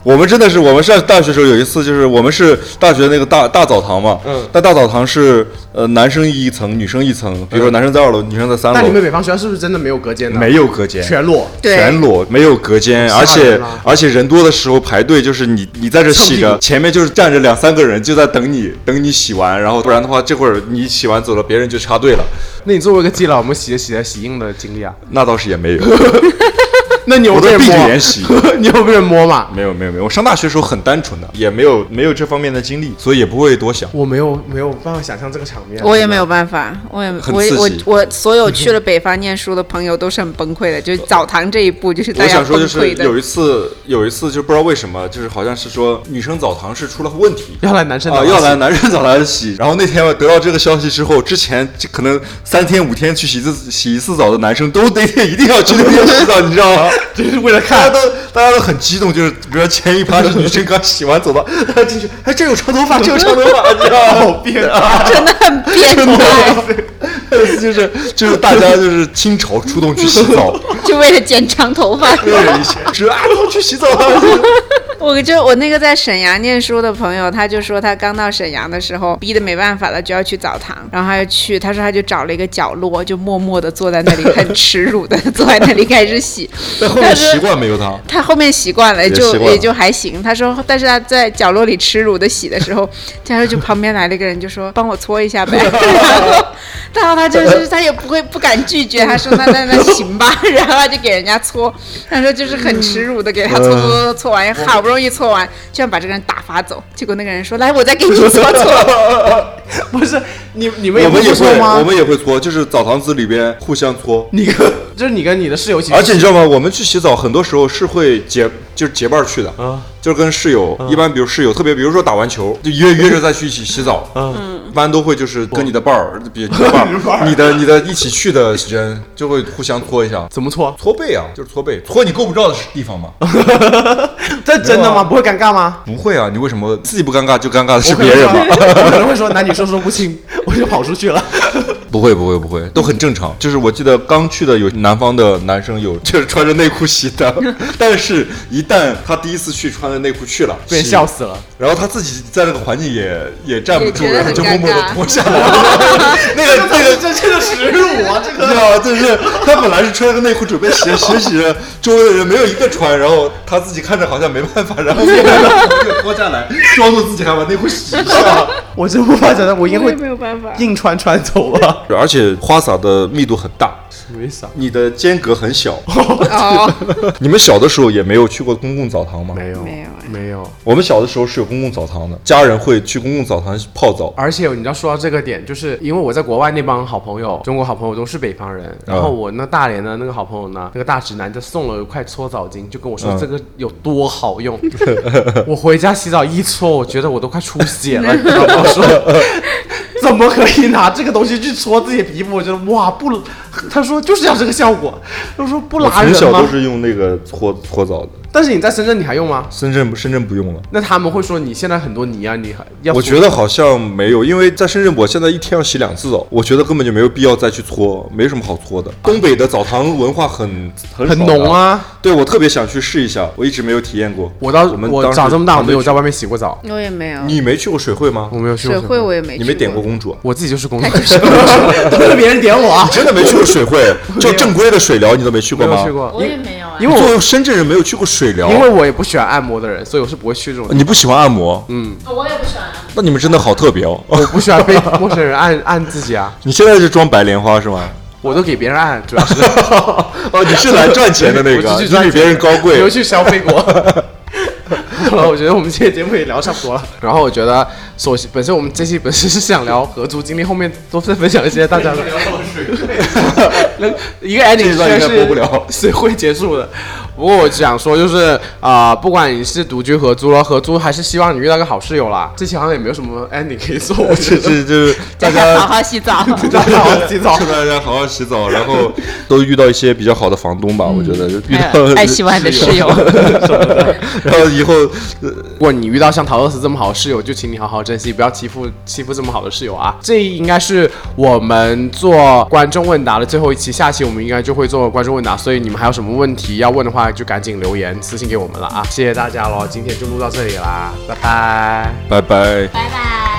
Speaker 3: 我们真的是，我们上大学时候有一次，就是我们是大学那个大大澡堂嘛，
Speaker 2: 嗯
Speaker 3: 但大澡堂是呃男生一层，女生一层，比如说男生在二楼，女生在三
Speaker 2: 嗯那你们
Speaker 3: 楼，
Speaker 2: 北方学校是不是真的没有隔间的？
Speaker 3: 没有隔间，
Speaker 2: 全裸。
Speaker 4: 对
Speaker 3: 全裸，没有隔间，而
Speaker 2: 吓
Speaker 3: 且
Speaker 2: 人了
Speaker 3: 而且人多的时候排队，就是你你在这洗
Speaker 2: 蹭屁
Speaker 3: 着，
Speaker 2: 股
Speaker 3: 前面就是站着两三个人就在等你，等你洗完，然后不然的话，这会儿你洗完走了，别人就插队了，
Speaker 2: 那你作为一个基佬，有没有洗洗洗硬的经历啊？
Speaker 3: 那倒是也没有，
Speaker 2: 那你有
Speaker 3: 我
Speaker 2: 被
Speaker 3: 都
Speaker 2: 人
Speaker 3: 闭着
Speaker 2: 摸？
Speaker 3: 眼洗。
Speaker 2: 你有被人摸吗？
Speaker 3: 没有没有没有，我上大学时候很单纯的，也没有没有这方面的经历，所以也不会多想。
Speaker 2: 我没有没有办法想象这个场面。
Speaker 4: 我也没有办法，我也
Speaker 3: 很
Speaker 4: 我也
Speaker 3: 刺
Speaker 4: 我
Speaker 3: 激
Speaker 4: 我所有去了北方念书的朋友都是很崩溃的，就是澡堂这一步就是大
Speaker 3: 我
Speaker 4: 家
Speaker 3: 想说，
Speaker 4: 崩
Speaker 3: 就是
Speaker 4: 溃的。
Speaker 3: 有一次，有一次就不知道为什么，就是好像是说女生澡堂是出了问题。
Speaker 2: 要来男生
Speaker 3: 啊、
Speaker 2: 澡堂
Speaker 3: 要来男生澡堂洗，然后那天我得到这个消息之后，之前就可能三天五天去洗一次洗一次澡的男生，都那天一定要去那边洗澡，你知 道吗？
Speaker 2: 就是为了
Speaker 3: 大家
Speaker 2: 看。
Speaker 3: 都大家都很激动，就是比如说前一趴是女生刚洗完走到，大家进去， 哎，这有长头发，这有长头发，你知道吗？好变啊！
Speaker 4: 真的很变态，
Speaker 3: 就是就是大家就是倾巢出动去洗 澡，
Speaker 5: 就为了剪长头发。
Speaker 3: 没有人一起说啊，我去洗澡了。
Speaker 4: 我就我那个在沈阳念书的朋友，他就说他刚到沈阳的时候，逼得没办法了，就要去澡堂，然后他就去，他说他就找了一个角落，就默默的坐在那里，很耻辱的坐在那里开始 洗。
Speaker 3: 但后面习惯没有他，
Speaker 4: 他后面习惯了，
Speaker 3: 也
Speaker 4: 就
Speaker 3: 习惯了
Speaker 4: 也就还行。他说，但是他在角落里耻辱的洗的 时候，他说就旁边来了一个人，就说帮我搓一下呗。然后，然后他就是他也不会不敢拒绝，他 说那那那行吧， 然后他就给人家搓。他说就是很耻辱的给
Speaker 3: 嗯
Speaker 4: 他搓搓搓搓搓完，好不容易搓完，就想把这个人打发走。结果那个人说来，我再给你搓 搓。
Speaker 2: 不是你你们
Speaker 3: 我们也
Speaker 2: 不说
Speaker 3: 会
Speaker 2: 吗？
Speaker 3: 我们也会搓，就是澡堂子里边互相搓。
Speaker 2: 你跟就是你跟你的室友一起，
Speaker 3: 而且你知道吗？我们去洗澡很多时候是会结，就是结伴儿去的，
Speaker 2: 啊
Speaker 3: 就是跟室友。一般比如室友，特别比如说打完球，就约约着再去一起洗澡，嗯，一般都会就是跟你的伴儿，比你 的伴儿，你的你的一起去的人就会互相搓一下，
Speaker 2: 怎么搓？
Speaker 3: 搓背啊，就是搓背，搓你够不着的地方嘛。
Speaker 2: 这 真的
Speaker 3: 没有
Speaker 2: 吗？
Speaker 3: 啊
Speaker 2: 不会尴尬吗？
Speaker 3: 不会啊，你为什么自己不尴尬就尴尬的是
Speaker 2: 我可
Speaker 3: 别
Speaker 2: 能
Speaker 3: 人
Speaker 2: 说
Speaker 3: 嘛？
Speaker 2: 我可能会说男女授受不亲， 我就跑出去了。
Speaker 3: 不会不会不会，都很正常。就是我记得刚去的有南方的男生有，就是穿着内裤洗的，但是一旦他第一次去穿着内裤去了，
Speaker 2: 被人
Speaker 3: 洗
Speaker 2: 笑死了。
Speaker 3: 然后他自己在那个环境也也站不住，
Speaker 4: 也觉得
Speaker 3: 然后
Speaker 4: 很
Speaker 3: 就默默的
Speaker 4: 尴尬
Speaker 3: 脱下来了。那个那 个，
Speaker 2: 这这个耻辱啊！这
Speaker 3: 你知道吗？就是他本来是穿个内裤准备洗洗洗着，周围的人没有一个穿，然后他自己看着好像没办法，然后默默的脱下来，装作自己还把内裤洗一下。
Speaker 2: 我真无法想象，我应该
Speaker 4: 我
Speaker 2: 会
Speaker 4: 也没有办法
Speaker 2: 硬穿穿走吧？
Speaker 3: 而且花洒的密度很大，
Speaker 2: 没啥，
Speaker 3: 你的间隔很小。
Speaker 4: 哦，
Speaker 3: 你们小的时候也没有去过公共澡堂吗？
Speaker 2: 没有，
Speaker 4: 没有哎
Speaker 2: 没有。
Speaker 3: 我们小的时候是有公共澡堂的，家人会去公共澡堂泡澡。
Speaker 2: 而且你知道，说到这个点，就是因为我在国外那帮好朋友，中国好朋友都是北方人，然后我那大连的那个好朋友呢，那个大直男就送了一块搓澡巾，就跟我说
Speaker 3: 嗯
Speaker 2: 这个有多好用。我回家洗澡一搓，我觉得我都快出血了，你知道吗？我说 怎么可以拿这个东西去搓自己的皮肤？我觉得哇不，他说就是要这个效果，他说不
Speaker 3: 我
Speaker 2: 拉
Speaker 3: 从小
Speaker 2: 人
Speaker 3: 都
Speaker 2: 吗？
Speaker 3: 是用那个搓搓澡的，
Speaker 2: 但是你在深圳你还用吗？
Speaker 3: 深圳深圳不用了。
Speaker 2: 那他们会说你现在很多泥啊，你还要
Speaker 3: 我觉得好像没有，因为在深圳，我现在一天要洗两次澡，我觉得根本就没有必要再去搓，没什么好搓的。东北的澡堂文化很很
Speaker 2: 很
Speaker 3: 少的
Speaker 2: 浓，啊。
Speaker 3: 对我特别想去试一下，我一直没有体验过。
Speaker 2: 我到
Speaker 3: 我们
Speaker 2: 我
Speaker 3: 当时
Speaker 2: 长这么大我没有
Speaker 3: 团队
Speaker 2: 在外面洗过澡，
Speaker 4: 我也没有
Speaker 3: 去，。你没去过水会吗
Speaker 2: 我？没有去过
Speaker 4: 水会我也没去
Speaker 3: 你没点过公主啊？
Speaker 2: 我自己就是公主，都是别人点我啊，
Speaker 3: 真的没去过水会，就正规的水疗你都没去
Speaker 2: 没
Speaker 3: 过吗？
Speaker 2: 有去。过，
Speaker 5: 我也没有啊
Speaker 2: 因
Speaker 3: 作
Speaker 2: 为
Speaker 3: 为深圳人没有去过水疗
Speaker 2: 我，因为我也不喜欢按摩的人，所以我是不会去这种地方。
Speaker 3: 你不喜欢按摩，
Speaker 2: 嗯
Speaker 5: 我也不喜欢啊。
Speaker 3: 那你们真的好特别哦。
Speaker 2: 我不喜欢被陌生人按按自己啊，
Speaker 3: 你现在是装白莲花是吗？
Speaker 2: 我都给别人按，主要是
Speaker 3: 哦，你是来赚钱的那
Speaker 2: 我
Speaker 3: 个，
Speaker 2: 是去
Speaker 3: 你
Speaker 2: 赚
Speaker 3: 比别人高
Speaker 2: 没有
Speaker 3: 贵。
Speaker 2: 去消费过。好了，我觉得我们这期节目也聊差不多了。然后我觉得，首先本身我们这期本身是想聊合租经历，后面都是分享一些大家的。那一个 ending
Speaker 3: 这段应该
Speaker 2: 虽然
Speaker 3: 播不了
Speaker 2: 是是会结束的。不过我想说，就是啊、呃不管你是独居合租了，合租还是希望你遇到个好室友啦。这期好像也没有什么 ending 可以做，我觉
Speaker 3: 这
Speaker 2: 得
Speaker 3: 这这，大
Speaker 5: 想好
Speaker 3: 家
Speaker 5: 好洗 澡。
Speaker 2: 大家好洗澡
Speaker 3: 祝。大家好好洗澡，然后都遇到一些比较好的房东吧，我
Speaker 2: 嗯
Speaker 3: 觉得遇
Speaker 5: 还
Speaker 3: 到
Speaker 5: 有
Speaker 2: 哎
Speaker 5: 爱洗碗的室友，
Speaker 3: 然后以后呃
Speaker 2: 如果你遇到像陶乐斯这么好的室友，就请你好好珍惜，不要欺负欺负这么好的室友啊！这应该是我们做观众问答的最后一期，下期我们应该就会做观众问答，所以你们还有什么问题要问的话，就赶紧留言私信给我们了啊！谢谢大家喽，今天就录到这里啦，拜拜。
Speaker 3: 拜拜。
Speaker 5: 拜拜。